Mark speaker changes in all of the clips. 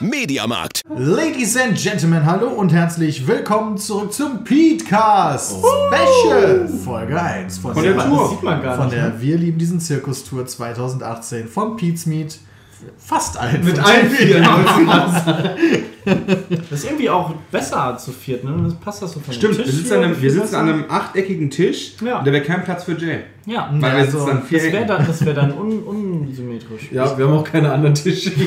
Speaker 1: Mediamarkt.
Speaker 2: Ladies and Gentlemen, hallo und herzlich willkommen zurück zum Petecast Special Folge 1 von,
Speaker 3: Oh. Von der Tour. sieht man gar
Speaker 2: Von
Speaker 3: nicht, ne?
Speaker 2: der Wir lieben diesen Zirkus Tour 2018 von Pete's Meet. Fast allen.
Speaker 3: Mit
Speaker 2: von
Speaker 3: allen
Speaker 2: denen.
Speaker 3: vier.
Speaker 4: Das ist irgendwie auch besser zu viert, ne? Das passt das so von
Speaker 3: Stimmt,
Speaker 4: dem
Speaker 3: wir
Speaker 4: Tisch
Speaker 3: sitzen, an
Speaker 4: hier,
Speaker 3: einem, wir
Speaker 4: wie viel
Speaker 3: sitzen an einem achteckigen Tisch
Speaker 4: Ja.
Speaker 3: und da wäre kein Platz für Jay.
Speaker 4: Ja,
Speaker 3: Weil wir
Speaker 2: also,
Speaker 3: sitzen an vier
Speaker 4: das wäre
Speaker 3: Ecken.
Speaker 4: dann, das wär dann un, unsymmetrisch.
Speaker 3: Ja, wir haben auch keine anderen Tische.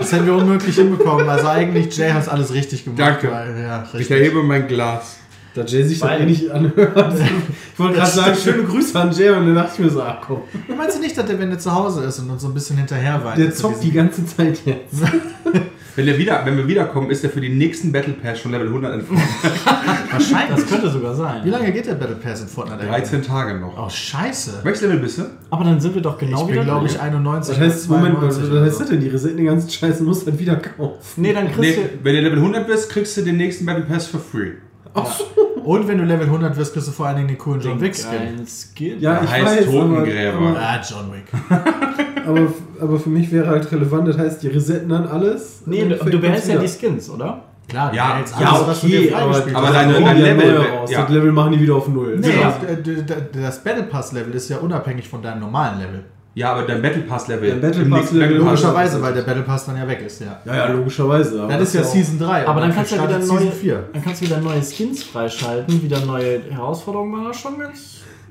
Speaker 2: Das hätten wir unmöglich hinbekommen. Also eigentlich, Jay hat alles richtig gemacht.
Speaker 3: Danke.
Speaker 2: Weil, ja,
Speaker 3: Ich
Speaker 2: richtig.
Speaker 3: erhebe mein Glas.
Speaker 5: Da Jay sich
Speaker 4: Weil-
Speaker 5: dann eh nicht anhört. Ich wollte gerade sagen, schöne Grüße an Jay und dann dachte ich mir so, ach komm,
Speaker 2: Meinst du nicht, dass der, wenn er zu Hause ist und uns so ein bisschen hinterher weint?
Speaker 5: der zockt die ganze Zeit jetzt.
Speaker 3: Wenn, der wieder, wenn wir wiederkommen, ist er für den nächsten Battle Pass schon Level 100 entfernt.
Speaker 4: Das könnte sogar
Speaker 2: Wie
Speaker 4: sein.
Speaker 2: lange geht der Battle Pass in Fortnite?
Speaker 3: 13 Tage noch.
Speaker 2: Oh, scheiße.
Speaker 3: Welches Level bist du?
Speaker 4: Aber dann sind wir doch genau
Speaker 2: Ich
Speaker 4: wieder
Speaker 2: bin, glaube
Speaker 4: gleich.
Speaker 2: ich, 91.
Speaker 5: Das heißt, Moment, was, was
Speaker 2: oder
Speaker 5: heißt
Speaker 2: so.
Speaker 5: das denn? Die resetten den ganzen Scheiß und muss dann wieder kaufen.
Speaker 4: Nee, dann kriegst
Speaker 3: Nee, wenn du Level 100 bist, kriegst du den nächsten Battle Pass for free.
Speaker 2: Und wenn du Level 100 wirst, kriegst du vor allen Dingen den coolen
Speaker 4: du
Speaker 2: John Wick Skin.
Speaker 4: einen Skin.
Speaker 5: Ja, ich
Speaker 3: Heißt
Speaker 5: weiß,
Speaker 3: Totengräber.
Speaker 5: Aber,
Speaker 2: Ah, John Wick.
Speaker 5: aber, aber, aber für mich wäre halt relevant, das heißt, die resetten dann alles.
Speaker 4: Nee,
Speaker 5: und
Speaker 4: du,
Speaker 5: dann
Speaker 4: du behältst ja
Speaker 5: wieder. Also,
Speaker 4: die Skins, oder?
Speaker 2: Klar,
Speaker 3: Ja,
Speaker 2: jetzt
Speaker 3: ja,
Speaker 2: alles, was du dir freigespielt
Speaker 3: aber
Speaker 2: hast.
Speaker 3: deine- dein
Speaker 5: Dann kommen die
Speaker 3: Level-
Speaker 5: neue raus.
Speaker 3: ja.
Speaker 5: Das Also, Level machen die wieder auf Null. Genau.
Speaker 2: Nee,
Speaker 4: Ja.
Speaker 2: d- d- d- Das Battle Pass Level ist ja unabhängig von deinem normalen Level.
Speaker 3: Ja, aber dein Battle Pass Level.
Speaker 5: Dein Battle
Speaker 3: Im
Speaker 5: Pass
Speaker 3: nächsten
Speaker 5: Level,
Speaker 3: Pass-
Speaker 2: Logischerweise, weil der Battle Pass dann ja weg ist, ja.
Speaker 5: Ja, ja, logischerweise. aber
Speaker 2: Das ist ja
Speaker 5: auch-
Speaker 2: Season 3.
Speaker 4: Aber dann kannst, du ja wieder
Speaker 2: startet
Speaker 4: neue,
Speaker 2: Season 4.
Speaker 4: dann kannst du wieder neue Skins freischalten, wieder neue Herausforderungen war das schon ganz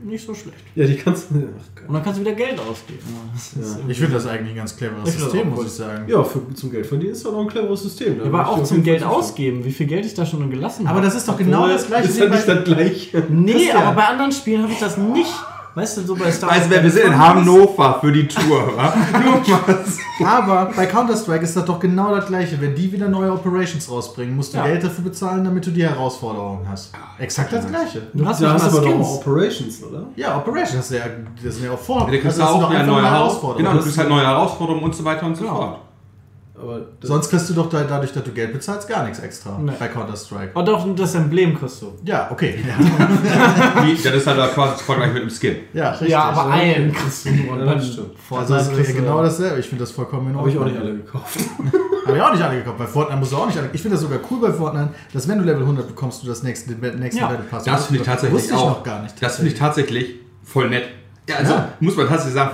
Speaker 4: nicht so schlecht.
Speaker 5: Ja, die kannst du. Ach, Gott.
Speaker 4: Und dann kannst du wieder Geld ausgeben. Das ist irgendwie-
Speaker 2: Ich finde das eigentlich ein ganz cleveres
Speaker 4: Ich find das
Speaker 2: System,
Speaker 4: auch
Speaker 2: muss
Speaker 4: cool.
Speaker 2: ich sagen.
Speaker 5: Ja, für, zum Geld verdienen ist doch noch ein cleveres System. Da bin
Speaker 4: aber
Speaker 5: ich
Speaker 4: auch
Speaker 5: auf
Speaker 4: zum
Speaker 5: jeden Fall
Speaker 4: Geld
Speaker 5: zufrieden.
Speaker 4: ausgeben, wie viel Geld ich da schon gelassen habe.
Speaker 2: Aber das ist doch genau das gleiche.
Speaker 5: Ist
Speaker 2: wie
Speaker 5: ja
Speaker 2: bei-
Speaker 5: nicht das gleiche.
Speaker 4: Nee,
Speaker 2: Christian.
Speaker 4: aber bei anderen Spielen habe ich das nicht. Weißt du, so bei Star
Speaker 3: Weißt du, wer Also, wir sind? In Hannover für die Tour, wa? Nur mal so.
Speaker 2: Aber bei Counter-Strike ist das doch genau das gleiche. Wenn die wieder neue Operations rausbringen, musst du
Speaker 4: Ja.
Speaker 2: Geld dafür bezahlen, damit du die Herausforderungen hast. Exakt das gleiche.
Speaker 4: Du hast
Speaker 5: Da
Speaker 4: nicht
Speaker 5: hast du
Speaker 4: mal
Speaker 5: aber doch auch
Speaker 4: Skins.
Speaker 5: Operations, oder?
Speaker 2: Ja, Operations, das, ist ja, das sind ja auch Vor.
Speaker 3: Ja, Du kriegst
Speaker 2: also das sind
Speaker 3: auch
Speaker 2: doch
Speaker 3: wieder
Speaker 2: einfach
Speaker 3: neue
Speaker 2: mal
Speaker 3: Herausforderungen. Genau, du
Speaker 2: Herausforderungen.
Speaker 3: kriegst halt neue Herausforderungen und so weiter und so
Speaker 4: Genau.
Speaker 3: fort.
Speaker 5: Aber das-
Speaker 2: Sonst kriegst du doch da, dadurch, dass du Geld bezahlst, gar nichts extra
Speaker 4: Nee.
Speaker 2: bei Counter-Strike.
Speaker 4: Oh doch, das Emblem kriegst du.
Speaker 2: Ja, okay. Ja,
Speaker 3: Wie, das ist halt da quasi vergleich mit dem Skin.
Speaker 2: ja richtig.
Speaker 4: einen kriegst du nur.
Speaker 5: Ja, das stimmt.
Speaker 2: also
Speaker 4: Fortnite
Speaker 2: das ist
Speaker 4: kriegst du-
Speaker 2: genau dasselbe. Ich finde das vollkommen in
Speaker 5: Habe
Speaker 2: Ordnung.
Speaker 5: ich auch nicht alle gekauft.
Speaker 2: Habe ich auch nicht alle gekauft. Bei Fortnite musst du auch nicht alle. Ich finde das sogar cool bei Fortnite, dass wenn du Level 100 bekommst, du das nächste, den nächsten
Speaker 4: Ja,
Speaker 2: Battle Pass.
Speaker 3: Das finde ich tatsächlich
Speaker 2: wusste ich
Speaker 3: auch.
Speaker 2: noch gar nicht.
Speaker 3: Das finde ich tatsächlich voll nett. Ja, also
Speaker 2: Ja.
Speaker 3: muss man tatsächlich sagen,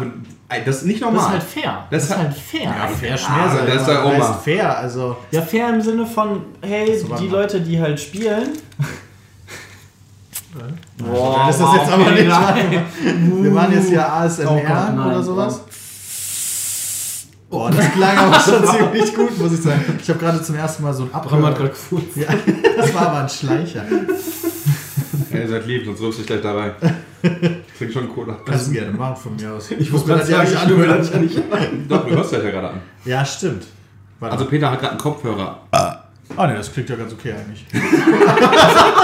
Speaker 3: für- das ist nicht normal.
Speaker 4: Das ist halt fair.
Speaker 3: Das
Speaker 4: Das
Speaker 3: ist
Speaker 4: ist halt fair. Ja,
Speaker 2: fair
Speaker 3: Ah,
Speaker 2: sein,
Speaker 3: das ist
Speaker 2: aber
Speaker 3: ja auch
Speaker 2: heißt
Speaker 3: mal.
Speaker 2: fair, also
Speaker 4: fair im Sinne von, hey,
Speaker 2: So, warte
Speaker 4: die
Speaker 2: mal.
Speaker 4: Leute, die halt spielen. Boah,
Speaker 2: dann ist das jetzt aber nicht-
Speaker 4: nicht.
Speaker 2: wir waren jetzt hier ASMR
Speaker 4: Oh Gott, nein,
Speaker 2: oder sowas. Oh, das klang aber schon ziemlich gut, muss ich sagen. Ich habe gerade zum ersten Mal so ein
Speaker 5: Bram hat gerade
Speaker 2: Abhör.
Speaker 5: gefurzt.
Speaker 2: Ja, das war aber ein Schleicher.
Speaker 3: Ey, ihr seid lieb, sonst rufst du dich gleich dabei. Trink schon Cola.
Speaker 2: Kannst du gerne machen von mir aus. Ich
Speaker 5: muss grad sagen, ich höre das ja nicht
Speaker 3: Doch, du hörst das ja gerade an.
Speaker 2: Ja, stimmt. Warte.
Speaker 3: Also Peter hat gerade einen Kopfhörer.
Speaker 2: ah ne, das klingt ja ganz okay eigentlich.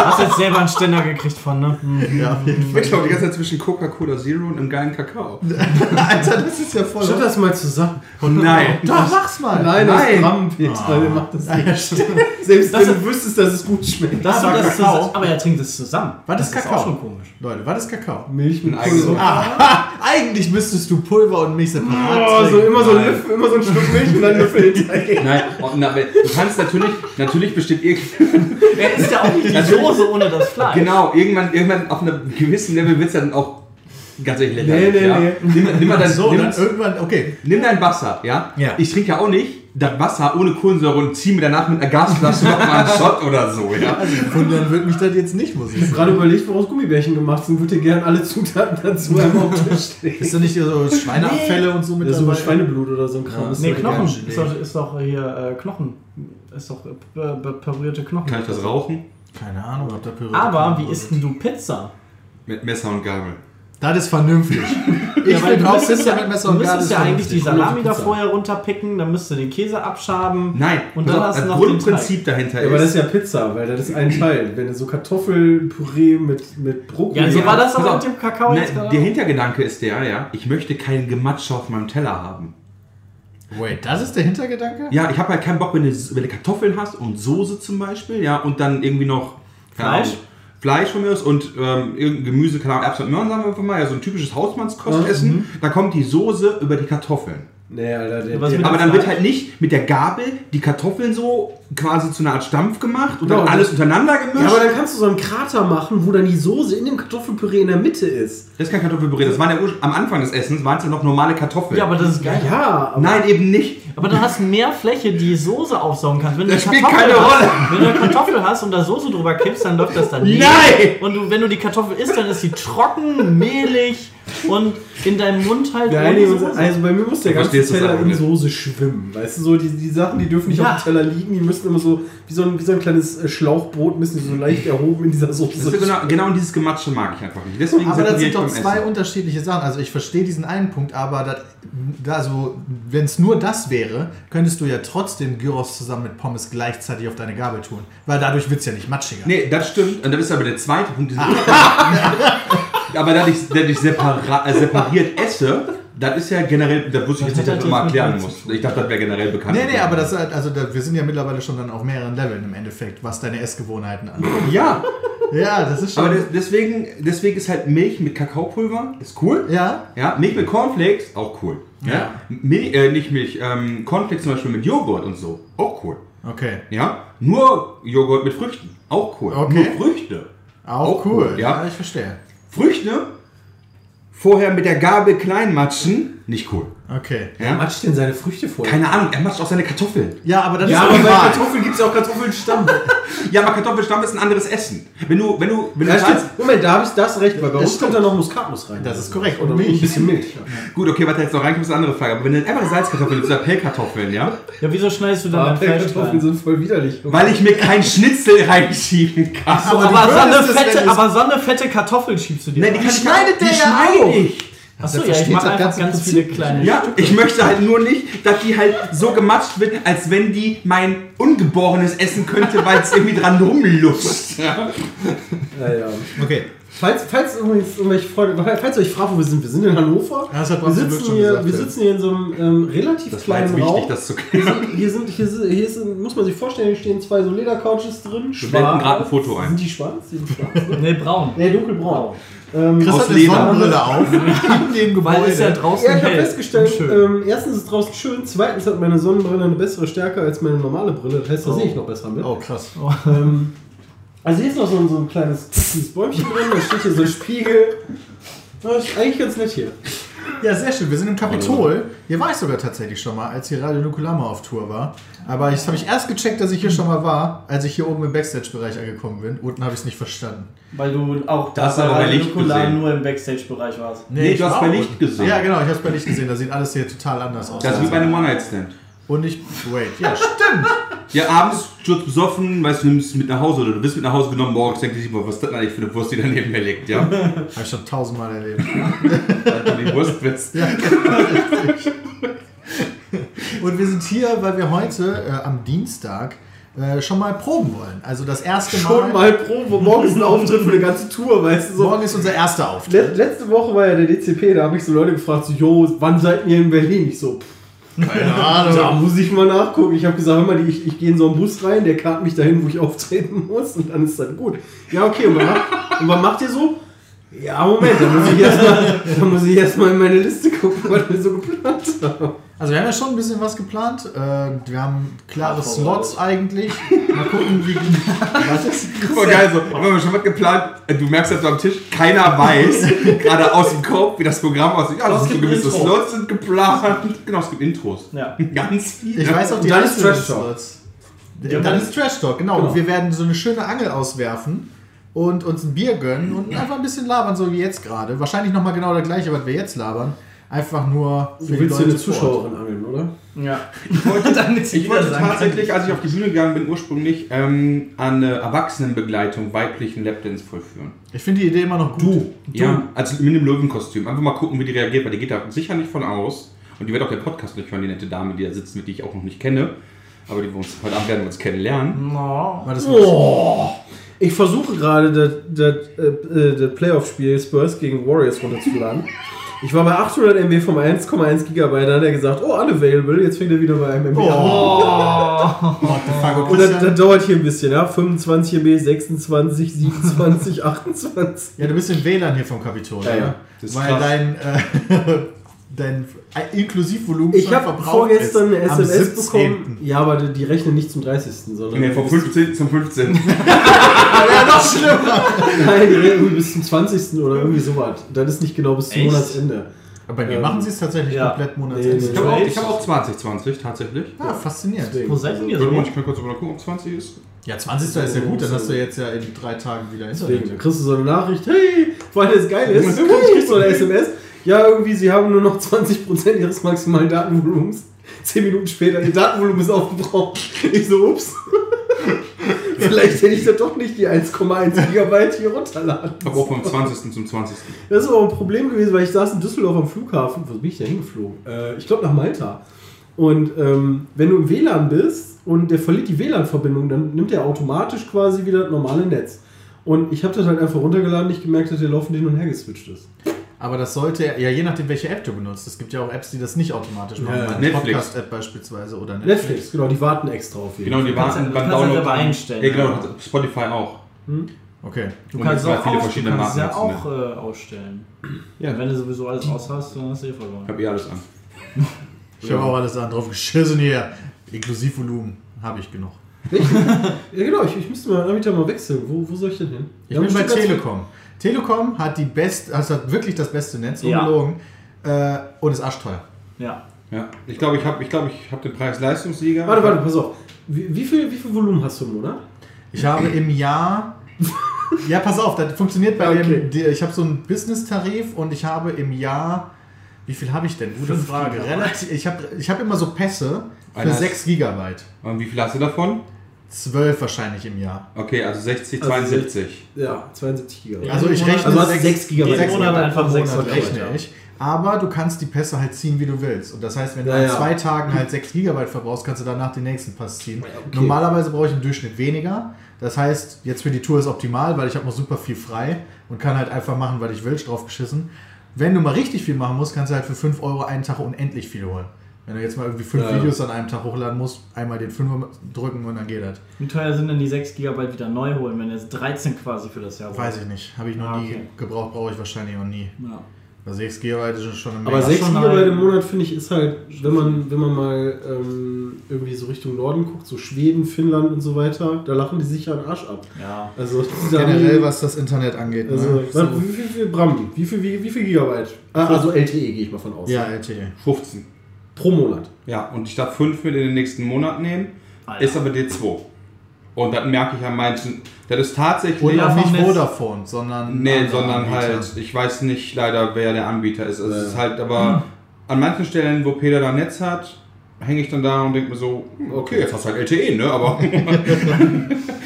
Speaker 4: Hast jetzt selber einen Ständer gekriegt von, ne? Hm.
Speaker 2: Ja, auf jeden
Speaker 3: Ich glaube, die ganze Zeit zwischen Coca-Cola Zero und einem geilen Kakao.
Speaker 2: Fall. Alter, das ist ja voll.
Speaker 5: Schau das mal zusammen.
Speaker 6: Oh
Speaker 3: Nein.
Speaker 2: Doch, mach's mal.
Speaker 5: Nein, das
Speaker 3: Nein.
Speaker 5: ist Bram, Peter. Wir machen das
Speaker 2: Ah,
Speaker 5: nicht.
Speaker 2: ja, stimmt.
Speaker 5: Selbst wenn du wüsstest, dass es gut schmeckt.
Speaker 4: Das
Speaker 2: war
Speaker 4: und das
Speaker 2: Kakao.
Speaker 4: zusammen- aber er trinkt es zusammen.
Speaker 2: Was ist Kakao?
Speaker 4: auch schon komisch.
Speaker 2: Leute, was ist Kakao?
Speaker 5: Milch mit
Speaker 3: Ein eigenes-
Speaker 5: Pulver.
Speaker 2: Ah, eigentlich müsstest du Pulver und Milch separat
Speaker 5: Oh, so
Speaker 2: trinken.
Speaker 5: immer so ein Löffel, immer so ein Schluck Milch und dann Löffel hinterher.
Speaker 3: Nein, oh, na, aber du kannst natürlich, natürlich bestimmt irgend,
Speaker 4: Er ist ja auch nicht die Soße ohne das Fleisch.
Speaker 3: Also- genau, irgendwann, irgendwann auf einem gewissen Level wird es dann auch ganz ehrlich lächerlich.
Speaker 5: Nee, nee,
Speaker 3: ja?
Speaker 5: nee.
Speaker 3: Nimm, nimm mal dein,
Speaker 6: ne?
Speaker 2: So,
Speaker 3: nimm,
Speaker 2: dann irgendwann, okay.
Speaker 3: nimm dein Wasser, ja?
Speaker 2: Ja.
Speaker 3: Ich trinke ja auch nicht das Wasser ohne Kohlensäure und zieh mir danach mit einer Gasflasche nochmal einen Shot oder so, ja.
Speaker 6: Wundern würde mich das jetzt nicht, muss ich sagen.
Speaker 5: Gerade überlegt, woraus Gummibärchen gemacht sind, würde gern alle Zutaten dazu einmal auf den Tisch legen.
Speaker 6: Ist da nicht so Schweineabfälle und so mit
Speaker 5: Ja, so
Speaker 6: dabei?
Speaker 5: Schweineblut oder so ein Kram.
Speaker 6: Ja.
Speaker 5: ist
Speaker 4: Nee,
Speaker 5: doch egal.
Speaker 4: Knochen.
Speaker 6: Gelee.
Speaker 4: Ist doch, ist doch hier äh, Knochen. Ist doch äh, p- p- parierte Knochen.
Speaker 3: Kann ich das rauchen?
Speaker 6: Keine Ahnung, ob da Püree
Speaker 4: Aber wie isst denn du Pizza?
Speaker 3: Mit Messer und Gabel.
Speaker 6: Das ist vernünftig. Ich
Speaker 4: weil
Speaker 6: bin
Speaker 4: du
Speaker 6: auch
Speaker 4: müsstest
Speaker 6: Pizza
Speaker 4: ja-
Speaker 6: mit Messer
Speaker 4: Du
Speaker 6: und Gabel.
Speaker 4: müsstest ja
Speaker 6: ist
Speaker 4: eigentlich die
Speaker 6: vernünftig.
Speaker 4: Salami da
Speaker 6: Pizza.
Speaker 4: vorher runterpicken, dann müsstest du den Käse abschaben.
Speaker 3: Nein,
Speaker 4: Und dann
Speaker 3: pass auf,
Speaker 4: hast du
Speaker 3: das
Speaker 4: noch den Teig.
Speaker 3: Grundprinzip dahinter
Speaker 5: Ja, aber das ist ja Pizza, weil das ist ein Teil. Wenn du so Kartoffelpüree mit, mit Brokkoli.
Speaker 4: Ja, so
Speaker 3: Ja,
Speaker 4: war das
Speaker 3: pass
Speaker 4: aber
Speaker 3: auf.
Speaker 4: mit dem Kakao jetzt
Speaker 3: Nein, ne, der
Speaker 4: gerade.
Speaker 3: Hintergedanke ist der, ja, ich möchte keinen Gematsche auf meinem Teller haben.
Speaker 6: Wait, das ist der Hintergedanke?
Speaker 3: Ja, ich habe halt keinen Bock, wenn du, wenn du Kartoffeln hast und Soße zum Beispiel, ja, und dann irgendwie noch keine
Speaker 4: Fleisch?
Speaker 3: Ahnung, Fleisch von mir aus und ähm, irgendein Gemüse, keine Ahnung, Erbsen und Möhren, sagen wir einfach mal, ja, so ein typisches Hausmannskostessen. Da kommt die Soße über die Kartoffeln.
Speaker 5: Nee, Alter, der,
Speaker 4: Was
Speaker 5: der,
Speaker 4: mit-
Speaker 3: Aber dann wird
Speaker 4: Fleisch?
Speaker 3: halt nicht mit der Gabel die Kartoffeln so quasi zu einer Art Stampf gemacht und
Speaker 5: Genau.
Speaker 3: dann alles untereinander
Speaker 5: ja,
Speaker 3: gemischt.
Speaker 5: aber dann kannst du so einen Krater machen, wo dann die Soße in dem Kartoffelpüree in der Mitte ist.
Speaker 3: das ist kein Kartoffelpüree. Das waren ja ur- am Anfang des Essens waren es ja noch normale Kartoffeln.
Speaker 4: Ja, aber das ist geil.
Speaker 5: Ja, aber
Speaker 3: Nein, eben nicht.
Speaker 4: Aber dann hast du mehr Fläche, die Soße aufsaugen kannst. Wenn du
Speaker 3: Das
Speaker 4: eine
Speaker 3: spielt keine
Speaker 4: hast,
Speaker 3: Rolle.
Speaker 4: Wenn du eine Kartoffel hast und da Soße drüber kippst, dann läuft das daneben.
Speaker 3: Nein!
Speaker 4: Und du, wenn du die Kartoffel isst, dann ist sie trocken, mehlig und in deinem Mund halt
Speaker 5: wir
Speaker 4: ohne
Speaker 5: einigen uns,
Speaker 4: Soße.
Speaker 5: also bei mir muss der
Speaker 3: Du
Speaker 5: ganze
Speaker 3: verstehst das
Speaker 5: Teller
Speaker 3: aber
Speaker 5: in
Speaker 3: nicht.
Speaker 5: Soße schwimmen. Weißt du, so die, die Sachen, die dürfen nicht
Speaker 4: Ja.
Speaker 5: auf dem Teller liegen, die müssen immer so, wie so ein, wie so ein kleines äh, Schlauchbrot, müssen die so leicht erhoben in dieser
Speaker 3: Das
Speaker 5: Soße.
Speaker 3: ist ja genau, genau dieses Gematsche mag ich einfach nicht. Deswegen
Speaker 6: Aber
Speaker 3: separiere
Speaker 6: das sind
Speaker 3: ich
Speaker 6: doch
Speaker 3: beim
Speaker 6: zwei
Speaker 3: Essen.
Speaker 6: unterschiedliche Sachen. Also ich verstehe diesen einen Punkt, aber das, da so, wenn es nur das wäre, könntest du ja trotzdem Gyros zusammen mit Pommes gleichzeitig auf deine Gabel tun. Weil dadurch wird es ja nicht matschiger.
Speaker 3: Nee, das stimmt. Und das ist aber der zweite Punkt. diesen- aber dass ich, dass ich separa, äh, separiert esse, das ist ja generell, das wusste ich jetzt nicht, dass ich das immer erklären muss. Ich dachte, das wäre generell bekannt.
Speaker 6: Nee, nee, aber das ist halt, also da, wir sind ja mittlerweile schon dann auf mehreren Leveln im Endeffekt, was deine Essgewohnheiten angeht.
Speaker 3: Ja,
Speaker 6: ja, das ist schon.
Speaker 3: aber des- deswegen, deswegen ist halt Milch mit Kakaopulver, ist cool.
Speaker 6: ja,
Speaker 3: Ja, Milch mit Cornflakes, auch cool. Ja.
Speaker 6: Ja.
Speaker 3: Milch, äh, nicht Milch, ähm, Cornflakes zum Beispiel mit Joghurt und so, auch cool.
Speaker 6: okay.
Speaker 3: Ja, nur Joghurt mit Früchten, auch cool.
Speaker 6: Okay.
Speaker 3: Nur Früchte.
Speaker 6: Auch,
Speaker 3: Auch
Speaker 6: cool.
Speaker 3: cool, ja.
Speaker 6: ich verstehe.
Speaker 3: Früchte vorher mit der Gabel klein matschen, nicht cool.
Speaker 6: Okay.
Speaker 5: Wer matscht denn seine Früchte vor?
Speaker 3: Keine Ahnung, er matscht auch seine Kartoffeln.
Speaker 6: Ja, aber das
Speaker 5: ja,
Speaker 6: ist
Speaker 5: aber bei
Speaker 6: normal.
Speaker 5: Kartoffeln gibt es auch Kartoffelstampf.
Speaker 3: Ja, aber Kartoffelstampf ist ein anderes Essen. Wenn du, wenn du, wenn du
Speaker 5: Ja,
Speaker 3: weißt,
Speaker 5: stimmt. Moment, da habe ich das recht, weil bei
Speaker 6: Das
Speaker 5: uns kommt da noch Muskatnuss rein.
Speaker 6: Das ist korrekt.
Speaker 5: Oder
Speaker 6: Und Milch.
Speaker 5: ein bisschen Milch.
Speaker 3: gut, okay, was da jetzt noch reinkommt, ist eine andere Frage. Aber wenn du einfach Salzkartoffeln nimmst oder Pellkartoffeln, ja,
Speaker 4: Ja, wieso schneidest du dann
Speaker 5: Aber
Speaker 4: dein Fleisch
Speaker 5: Kartoffeln
Speaker 4: rein?
Speaker 5: sind voll widerlich.
Speaker 3: weil ich mir kein Schnitzel reinschieben kann.
Speaker 4: Aber,
Speaker 6: du
Speaker 4: so eine
Speaker 6: würdest es, wenn
Speaker 4: fette,
Speaker 6: es-
Speaker 4: aber so eine fette Kartoffel schiebst du dir
Speaker 3: Nein,
Speaker 4: rein.
Speaker 3: die kann
Speaker 6: schneidet
Speaker 3: ich
Speaker 6: der
Speaker 3: die
Speaker 6: ja
Speaker 3: schneide
Speaker 6: auch.
Speaker 3: ich.
Speaker 4: Achso,
Speaker 6: Das
Speaker 4: ja, ich
Speaker 6: versteht
Speaker 4: mache
Speaker 6: das
Speaker 4: einfach
Speaker 6: ganze
Speaker 4: ganz
Speaker 6: Prinzip
Speaker 4: viele
Speaker 6: nicht.
Speaker 4: kleine.
Speaker 3: Ja, ich möchte halt nur nicht, dass die halt so gematscht wird, als wenn die mein Ungeborenes essen könnte, weil es irgendwie dran rumlutscht.
Speaker 5: Ja, ja.
Speaker 6: Okay.
Speaker 5: Falls, falls, übrigens irgendwelche Freunde, falls ihr euch fragt, wo wir sind, wir sind in Hannover.
Speaker 6: Ja, das hat
Speaker 5: wir
Speaker 6: Bram zum Glück
Speaker 5: sitzen,
Speaker 6: schon
Speaker 5: hier,
Speaker 6: gesagt,
Speaker 5: wir
Speaker 6: ja.
Speaker 5: sitzen hier in so einem ähm, relativ
Speaker 3: Das war jetzt
Speaker 5: kleinen
Speaker 3: wichtig,
Speaker 5: Raum.
Speaker 3: das zu klären.
Speaker 5: hier sind, hier, sind, hier sind, muss man sich vorstellen, hier stehen zwei so Ledercouches drin.
Speaker 3: Wir blenden gerade ein Foto ein.
Speaker 5: Sind die schwarz? Sind die schwarz? ne?
Speaker 4: Nee, braun.
Speaker 5: nee, dunkelbraun. Ähm,
Speaker 6: Chris
Speaker 3: Aus
Speaker 6: hat eine
Speaker 3: Leder.
Speaker 6: Sonnenbrille auf. in dem
Speaker 4: Weil
Speaker 6: Gebäude.
Speaker 4: ist ja draußen
Speaker 5: Ja, ich habe
Speaker 4: hell.
Speaker 5: festgestellt,
Speaker 4: Und schön.
Speaker 5: ähm, erstens ist es draußen schön, zweitens hat meine Sonnenbrille eine bessere Stärke als meine normale Brille. Das heißt, da sehe ich noch besser mit.
Speaker 6: oh, krass.
Speaker 5: Ähm, also hier ist noch so ein, so ein kleines, kleines Bäumchen drin, da steht hier so ein Spiegel. Das ist eigentlich ganz nett hier.
Speaker 6: Ja, sehr schön. Wir sind im Kapitol. Hier war ich sogar tatsächlich schon mal, als hier Radio Nukulama auf Tour war. Aber jetzt habe ich erst gecheckt, dass ich hier schon mal war, als ich hier oben im Backstage-Bereich angekommen bin. Unten habe ich es nicht verstanden.
Speaker 4: Weil du auch
Speaker 3: Das
Speaker 4: bei
Speaker 3: aber bei
Speaker 4: Radio
Speaker 3: Licht
Speaker 4: Nukular
Speaker 3: gesehen.
Speaker 4: nur im Backstage-Bereich warst.
Speaker 3: Nee, du hast bei Licht gesehen.
Speaker 6: Ja, genau. Ich habe es bei Licht gesehen. Da sieht alles hier total anders aus.
Speaker 3: Das ist wie bei einem One-Night-Stand.
Speaker 6: Und ich... Wait. Ja, stimmt.
Speaker 3: Ja, abends kurz besoffen, weißt du, nimmst mit nach Hause oder du bist mit nach Hause genommen, morgens denkt sich immer, was ist das denn eigentlich für eine Wurst, die daneben mir liegt, ja? Halt
Speaker 6: habe ich schon tausendmal erlebt.
Speaker 3: die Wurstwitz.
Speaker 6: Und wir sind hier, weil wir heute äh, am Dienstag äh, schon mal proben wollen. Also das erste
Speaker 5: Schon
Speaker 6: Mal.
Speaker 5: mal pro, wo morgens ein Auftritt für eine ganze Tour, weißt du so.
Speaker 6: Morgen ist unser erster Auftritt.
Speaker 5: Let, letzte Woche war ja der DCP, da habe ich so Leute gefragt, so, jo, wann seid ihr in Berlin? Ich so, pff,
Speaker 6: Keine
Speaker 5: da muss ich mal nachgucken. Ich habe gesagt, hör mal, die- ich, ich gehe in so einen Bus rein, der karrt mich dahin, wo ich auftreten muss und dann ist das gut. Ja, okay, und wann macht, und wann macht ihr so? Ja, Moment, da muss ich erstmal muss ich erstmal in meine Liste gucken, was wir so geplant haben.
Speaker 6: Also wir haben ja schon ein bisschen was geplant. Äh, wir haben klare
Speaker 4: Ach,
Speaker 6: Slots eigentlich. Mal gucken, wie... was ist?
Speaker 3: Voll geil so. Haben wir schon was geplant? Du merkst halt so am Tisch, keiner weiß, gerade aus dem Kopf, wie das Programm aussieht. Ja, das
Speaker 4: es
Speaker 3: sind so
Speaker 4: gibt
Speaker 3: gewisse
Speaker 4: Intros.
Speaker 3: Slots sind geplant. Genau, es gibt Intros.
Speaker 4: Ja.
Speaker 3: Ganz viele.
Speaker 6: Ich weiß auch die
Speaker 5: Und dann ist
Speaker 6: einzelnen
Speaker 5: Trash Talk.
Speaker 6: Slots.
Speaker 4: Ja,
Speaker 6: dann
Speaker 4: dann-
Speaker 6: ist Trash Talk, genau.
Speaker 5: Genau.
Speaker 6: Und wir werden so eine schöne Angel auswerfen und uns ein Bier gönnen und einfach ein bisschen labern, so wie jetzt gerade. Wahrscheinlich nochmal genau das gleiche, was wir jetzt labern. Einfach nur für
Speaker 5: Du willst dir
Speaker 6: die
Speaker 5: eine
Speaker 6: Leute vor Ort.
Speaker 5: Zuschauerin angeln, oder?
Speaker 4: Ja.
Speaker 3: wollte,
Speaker 4: ist
Speaker 3: ich
Speaker 4: jeder
Speaker 3: wollte
Speaker 4: sein
Speaker 3: tatsächlich, als ich auf die Bühne gegangen bin, ursprünglich ähm, an eine Erwachsenenbegleitung weiblichen Lapdance vollführen.
Speaker 6: Ich finde die Idee immer noch gut.
Speaker 3: Du? Ja, also mit einem Löwenkostüm. Einfach mal gucken, wie die reagiert, weil die geht da sicher nicht von aus. Und die wird auch der Podcast nicht hören, die nette Dame, die da sitzt, mit die ich auch noch nicht kenne. Aber die wir uns heute Abend werden wir uns kennenlernen.
Speaker 4: Mhm. No.
Speaker 6: Weil das
Speaker 5: Ich versuche gerade das, das, äh, äh, das Playoff-Spiel Spurs gegen Warriors runterzuladen. Ich war bei 800 MB vom 1,1 Gigabyte, da hat er gesagt, oh, unavailable, jetzt fängt er wieder bei einem MB
Speaker 6: Oh,
Speaker 5: an. Oh. Und das, das dauert hier ein bisschen, ja, 25 MB, 26, 27, 28.
Speaker 6: Ja, du bist im WLAN hier vom Kapitol,
Speaker 5: Ja, ja.
Speaker 6: ne?
Speaker 3: Das ist
Speaker 6: Weil
Speaker 3: krass.
Speaker 6: dein, äh, dein Inklusivvolumen
Speaker 5: Ich
Speaker 6: schon
Speaker 5: habe
Speaker 6: verbraucht
Speaker 5: vorgestern eine
Speaker 6: ist. Am
Speaker 5: SMS
Speaker 6: 17..
Speaker 5: bekommen. Ja, aber die, die rechnen nicht zum 30. sondern.
Speaker 3: Nee, vom 15. zum 15.
Speaker 5: Nein, die rechnen irgendwie bis zum 20. oder irgendwie sowas. Das ist nicht genau bis zum
Speaker 4: Echt?
Speaker 5: Monatsende.
Speaker 6: Aber bei mir
Speaker 5: Ähm,
Speaker 6: machen sie es tatsächlich
Speaker 4: ja.
Speaker 6: komplett monatsende.
Speaker 5: Nee,
Speaker 3: Ich habe auch, ich hab auch 2020 tatsächlich.
Speaker 6: Ah, faszinierend.
Speaker 5: Deswegen.
Speaker 4: Wo seid denn ihr
Speaker 3: Warte mal,
Speaker 4: so?
Speaker 3: ich kann kurz mal gucken, ob 20 ist.
Speaker 6: Ja, 20. ist ja gut, dann hast du jetzt ja in drei Tagen wieder
Speaker 5: Deswegen,
Speaker 6: Internet.
Speaker 5: dann kriegst du so eine Nachricht, hey, weil das geil ist, du kriegst so eine SMS. Ja, irgendwie, sie haben nur noch 20% ihres maximalen Datenvolumens. Zehn Minuten später, ihr Datenvolumen ist aufgebraucht. Ich so, ups. Vielleicht hätte ich da doch nicht die 1,1 Gigabyte hier runterladen.
Speaker 3: Aber auch vom 20. zum 20.
Speaker 5: Das ist aber ein Problem gewesen, weil ich saß in Düsseldorf am Flughafen. Wo bin ich da hingeflogen? Äh, ich glaube nach Malta. Und ähm, wenn du im WLAN bist und der verliert die WLAN-Verbindung, dann nimmt er automatisch quasi wieder das normale Netz. Und ich habe das halt einfach runtergeladen, nicht gemerkt, dass der laufend hin und her geswitcht ist.
Speaker 6: Aber das sollte, ja, je nachdem, welche App du benutzt. Es gibt ja auch Apps, die das nicht automatisch machen.
Speaker 5: Ja,
Speaker 6: Meine
Speaker 3: Netflix.
Speaker 6: Podcast-App beispielsweise oder
Speaker 5: Netflix, genau, die warten extra auf jeden
Speaker 3: Genau, die
Speaker 4: kannst
Speaker 3: waren
Speaker 4: ja-
Speaker 3: beim
Speaker 4: du kannst ja
Speaker 3: Download.
Speaker 4: selber einstellen.
Speaker 3: Ja, genau, Spotify auch.
Speaker 6: Okay.
Speaker 4: Du
Speaker 3: Und
Speaker 4: kannst, auch,
Speaker 3: jetzt mal viele
Speaker 4: aus, du
Speaker 3: verschiedene
Speaker 4: kannst ja
Speaker 3: Marken
Speaker 4: auch äh, ausstellen.
Speaker 3: Ja.
Speaker 4: Wenn du sowieso alles aus hast, dann hast du eh verloren.
Speaker 3: Ich hab eh alles an.
Speaker 6: Ich habe auch alles an drauf geschissen hier. Inklusivvolumen habe ich genug.
Speaker 5: Ja, genau, ich, ich müsste mal Anbieter mal wechseln. Wo, wo soll ich denn hin?
Speaker 6: Ich
Speaker 5: Ja,
Speaker 6: bin bei
Speaker 5: bestimmt ganz-
Speaker 6: Telekom. Telekom hat die best, also hat wirklich das beste Netz,
Speaker 4: Ja.
Speaker 6: ungelogen. Äh, und ist arschteuer.
Speaker 4: Ja.
Speaker 3: Ja. Ich glaube, ich habe ich glaub, ich hab den Preis-Leistungssieger.
Speaker 5: Warte, warte, pass auf. Wie, wie, viel, wie viel Volumen hast du im Monat?
Speaker 6: Ich habe im Jahr. ja, pass auf, das funktioniert bei
Speaker 5: Okay.
Speaker 6: dem. Ich habe so einen Business-Tarif und ich habe im Jahr. Wie viel habe ich denn? Gute
Speaker 4: Fünf
Speaker 6: Frage.
Speaker 4: Gigabyte.
Speaker 6: Relativ, ich habe ich hab immer so Pässe für
Speaker 3: Einer ist-
Speaker 6: 6 Gigabyte.
Speaker 3: Und wie viel hast du davon?
Speaker 6: 12 wahrscheinlich im Jahr.
Speaker 3: Okay, also 60,
Speaker 5: Also
Speaker 3: 72.
Speaker 5: Ja, 72 Gigabyte.
Speaker 6: Also ich
Speaker 4: Monat-
Speaker 6: rechne
Speaker 5: also hast du
Speaker 6: sechs-
Speaker 5: 6 Gigabyte.
Speaker 6: sechs
Speaker 4: Jeden Monat
Speaker 6: Gigabyte
Speaker 4: einfach
Speaker 6: pro
Speaker 4: sechs
Speaker 6: Monat
Speaker 4: Gigabyte,
Speaker 6: rechne
Speaker 4: ja.
Speaker 6: ich. Aber du kannst die Pässe halt ziehen, wie du willst. Und das heißt, wenn du
Speaker 5: Ja,
Speaker 6: an
Speaker 5: ja.
Speaker 6: zwei Tagen halt 6 Gigabyte verbrauchst, kannst du danach den nächsten Pass ziehen.
Speaker 5: okay.
Speaker 6: Normalerweise brauche ich im Durchschnitt weniger. Das heißt, jetzt für die Tour ist optimal, weil ich habe noch super viel frei und kann halt einfach machen, weil ich will, drauf geschissen. Wenn du mal richtig viel machen musst, kannst du halt für 5 Euro einen Tag unendlich viel holen. Wenn du jetzt mal irgendwie fünf
Speaker 5: Ja, ja.
Speaker 6: Videos an einem Tag hochladen musst, einmal den Fünfer drücken und dann geht das.
Speaker 4: Wie teuer sind denn die 6 GB wieder neu holen, wenn jetzt 13 quasi für das Jahr holt?
Speaker 6: Weiß ich nicht. Habe ich noch
Speaker 4: Ah,
Speaker 6: nie
Speaker 4: okay.
Speaker 6: gebraucht, brauche ich wahrscheinlich auch nie.
Speaker 4: Ja.
Speaker 6: Bei 6 Gigabyte ist es schon eine
Speaker 5: Aber
Speaker 6: Menge.
Speaker 5: 6
Speaker 4: schon
Speaker 5: GB
Speaker 4: ein-
Speaker 5: im Monat finde ich ist halt, wenn man, wenn man mal ähm, irgendwie so Richtung Norden guckt, so Schweden, Finnland und so weiter, da lachen die sich ja einen Arsch ab.
Speaker 4: ja.
Speaker 5: Also da-
Speaker 6: generell, was das Internet angeht.
Speaker 5: Also,
Speaker 6: ne?
Speaker 5: was- wie viel, wie viel Bram? Wie viel, wie, wie viel Gigabyte? Ah, also LTE gehe ich mal von aus.
Speaker 6: Ja, LTE.
Speaker 3: 15.
Speaker 5: Pro Monat.
Speaker 3: Ja, und ich darf 5 mit in den nächsten Monat nehmen,
Speaker 4: Alter.
Speaker 3: ist aber D2. Und das merke ich an manchen. Das ist tatsächlich.
Speaker 6: Und
Speaker 4: Ja,
Speaker 6: auch
Speaker 4: vom
Speaker 6: nicht
Speaker 4: Netz.
Speaker 6: Vodafone, sondern.
Speaker 3: Nee,
Speaker 6: andere
Speaker 3: sondern
Speaker 6: Anbieter.
Speaker 3: halt, ich weiß nicht leider, wer der Anbieter ist. Also es
Speaker 5: Ja.
Speaker 3: ist halt, aber an manchen Stellen, wo Peter da Netz hat, hänge ich dann da und denke mir so, hm, okay, jetzt hast du halt LTE, ne? Aber